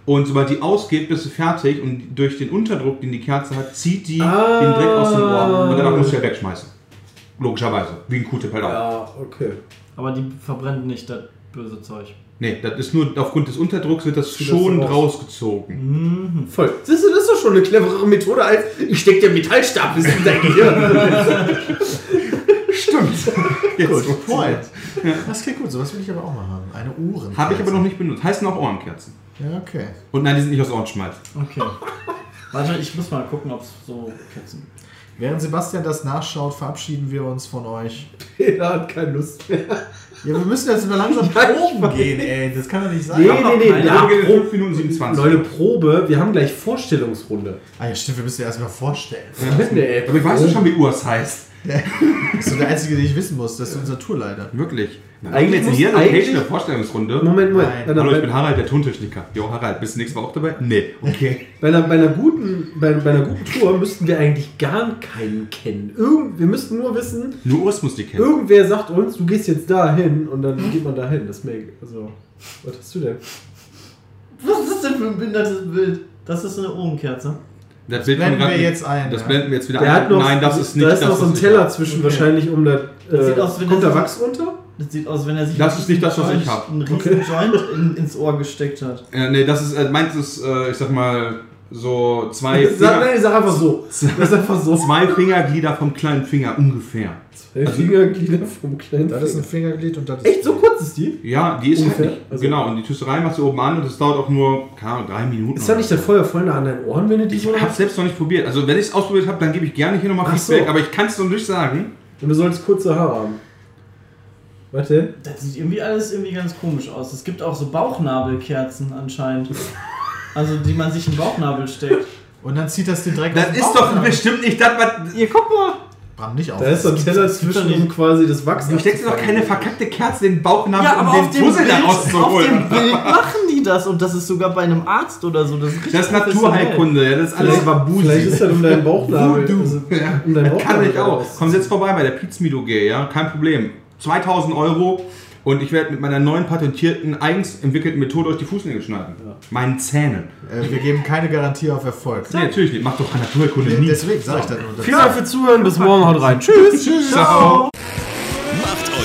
Speaker 3: und sobald die ausgeht, bist du fertig und durch den Unterdruck, den die Kerze hat, zieht die den Dreck aus dem Ohr und danach musst du ja wegschmeißen. Logischerweise, wie ein Q-Tip halt auch.
Speaker 5: Ja, okay.
Speaker 4: Aber die verbrennen nicht das böse Zeug.
Speaker 3: Nee, das ist nur aufgrund des Unterdrucks wird das
Speaker 5: Zieht das
Speaker 3: schon
Speaker 5: raus.
Speaker 4: Mhm.
Speaker 3: rausgezogen.
Speaker 5: Voll. Siehst du, das ist doch schon eine cleverere Methode als ich steck dir einen Metallstab bis in dein Gehirn.
Speaker 3: Stimmt. Jetzt
Speaker 6: Good point. Das klingt gut, sowas will ich aber auch mal haben. Eine Uhren.
Speaker 3: Habe ich aber noch nicht benutzt. Heißen auch Ohrenkerzen.
Speaker 6: Ja, okay.
Speaker 3: Und nein, die sind nicht aus Ohrenschmalz.
Speaker 4: Okay. Warte, ich muss mal gucken, ob es so Kerzen gibt.
Speaker 6: Während Sebastian das nachschaut, verabschieden wir uns von euch.
Speaker 5: Peter hat keine Lust mehr.
Speaker 6: Ja, wir müssen jetzt mal langsam proben gehen, ey. Das kann doch nicht sein.
Speaker 5: Nee, nee, nee.
Speaker 4: keine
Speaker 5: Wir
Speaker 3: Ja,
Speaker 5: haben
Speaker 3: geht in
Speaker 5: Probe.
Speaker 3: 5 Minuten 27.
Speaker 5: Leute, Probe. Wir haben gleich Vorstellungsrunde.
Speaker 6: Ah ja, stimmt, wir müssen ja erstmal vorstellen.
Speaker 5: Mitten, ey.
Speaker 3: Aber ich weiß nicht schon, wie Uhr es heißt.
Speaker 6: Das ist so der Einzige, den ich wissen muss. Das ist unser Tourleiter.
Speaker 3: Wirklich.
Speaker 5: Eigentlich
Speaker 3: Jetzt in
Speaker 5: muss-
Speaker 3: jeder
Speaker 5: eigentlich-
Speaker 3: Location eine Vorstellungsrunde.
Speaker 5: Moment, Moment.
Speaker 6: Nein.
Speaker 5: Bei einer-
Speaker 3: Hallo, ich bin Harald, der Tontechniker. Jo, Harald, bist du nächste Woche auch dabei? Nee. Okay.
Speaker 5: bei, einer, bei, einer guten, bei, bei einer guten Tour müssten wir eigentlich gar keinen kennen. Irgend, wir müssten nur wissen,
Speaker 3: Nur Urs muss die kennen.
Speaker 5: irgendwer sagt uns, du gehst jetzt da hin und dann geht man da hin. Das merkt. Also, was hast du denn?
Speaker 4: Was ist denn für ein behindertes Bild? Das ist eine Ohrenkerze.
Speaker 3: Das, Bild
Speaker 6: blenden
Speaker 3: von Ratten-
Speaker 6: wir jetzt ein,
Speaker 3: Das
Speaker 6: ja.
Speaker 3: blenden wir jetzt wieder
Speaker 5: Der
Speaker 3: ein.
Speaker 5: hat noch,
Speaker 3: Nein, das ist nicht.
Speaker 5: Da ist
Speaker 3: das,
Speaker 5: noch so ein
Speaker 3: was ich
Speaker 5: Teller
Speaker 3: hab.
Speaker 5: zwischen
Speaker 4: Okay.
Speaker 5: wahrscheinlich um das.
Speaker 4: Das
Speaker 5: Äh,
Speaker 4: sieht aus, wenn
Speaker 5: kommt
Speaker 4: das
Speaker 5: da
Speaker 4: so-
Speaker 5: Wachs runter?
Speaker 4: Das sieht aus, wenn er sich
Speaker 3: Das ist nicht das, was ich
Speaker 4: Joint-
Speaker 3: hab.
Speaker 4: einen riesen
Speaker 5: Okay.
Speaker 4: Joint in, ins Ohr gesteckt hat.
Speaker 3: Äh, nee, das ist, äh, meins ist, äh, ich sag mal, so zwei,
Speaker 5: Sag,
Speaker 3: Finger,
Speaker 5: nein, sag einfach so. Sag einfach so.
Speaker 3: zwei Fingerglieder vom kleinen Finger ungefähr.
Speaker 5: Zwei Fingerglieder vom kleinen
Speaker 6: Das ist ein
Speaker 5: Finger.
Speaker 6: Fingerglied und das ist.
Speaker 5: Echt, so kurz ist die?
Speaker 3: Ja, die ist
Speaker 5: Ungefähr?
Speaker 3: halt nicht.
Speaker 5: Also-
Speaker 3: genau, und die Tüsserei machst du oben an und das dauert auch nur, keine Ahnung, drei Minuten.
Speaker 5: Ist da
Speaker 3: oder
Speaker 5: nicht
Speaker 3: so.
Speaker 5: das Feuer voll nah an deinen Ohren, wenn du die
Speaker 3: Ich
Speaker 5: so
Speaker 3: habe
Speaker 5: hast?
Speaker 3: selbst noch nicht probiert. Also wenn ich es ausprobiert habe, dann gebe ich gerne hier nochmal
Speaker 5: Ach
Speaker 3: Feedback,
Speaker 5: so.
Speaker 3: aber ich kann es noch nicht sagen.
Speaker 5: Und du solltest kurze Haare haben. Warte.
Speaker 4: Das sieht irgendwie alles irgendwie ganz komisch aus. Es gibt auch so Bauchnabelkerzen anscheinend. Also, die man sich in den Bauchnabel steckt.
Speaker 6: Und dann zieht das den Dreck aus
Speaker 3: Das
Speaker 6: dem
Speaker 3: ist
Speaker 6: Bauch
Speaker 3: doch
Speaker 6: an.
Speaker 3: bestimmt nicht das, was... Ihr guckt mal.
Speaker 6: Bram, nicht auf.
Speaker 5: Da ist so ein Teller zwischen, um quasi das Wachs
Speaker 3: Du steckst dir doch keine verkackte Kerze in den Bauchnabel,
Speaker 4: Ja, aber
Speaker 3: um
Speaker 4: auf
Speaker 3: den
Speaker 4: dem,
Speaker 3: Puzzle
Speaker 4: Bild,
Speaker 3: da
Speaker 4: auf dem
Speaker 3: rauszuholen.
Speaker 4: Bild machen die das und das ist sogar bei einem Arzt oder so. Das ist, richtig
Speaker 3: Das ist
Speaker 4: professionell.
Speaker 3: Naturheilkunde, ja, das ist alles
Speaker 5: Vielleicht, vielleicht ist
Speaker 3: Wabusi.
Speaker 5: das um deinen Bauchnabel.
Speaker 3: Voodoo.
Speaker 5: Also,
Speaker 3: Ja,
Speaker 5: um deinen
Speaker 3: das kann
Speaker 5: Bauchnabel
Speaker 3: ich auch.
Speaker 5: raus.
Speaker 3: Kommst jetzt vorbei bei der Pizmido G, ja, kein Problem. 2000 Euro und ich werde mit meiner neuen patentierten, eigens entwickelten Methode euch die Fußnägel schneiden. Meinen Zähnen.
Speaker 6: Äh, wir geben keine Garantie auf Erfolg.
Speaker 3: Nee, natürlich nicht. Macht doch keine Naturheilkunde nie.
Speaker 6: Deswegen sage ich das nur. Das
Speaker 5: Vielen Dank fürs Zuhören. Bis morgen. Haut rein. Tschüss. Tschüss.
Speaker 3: Ciao.
Speaker 1: Macht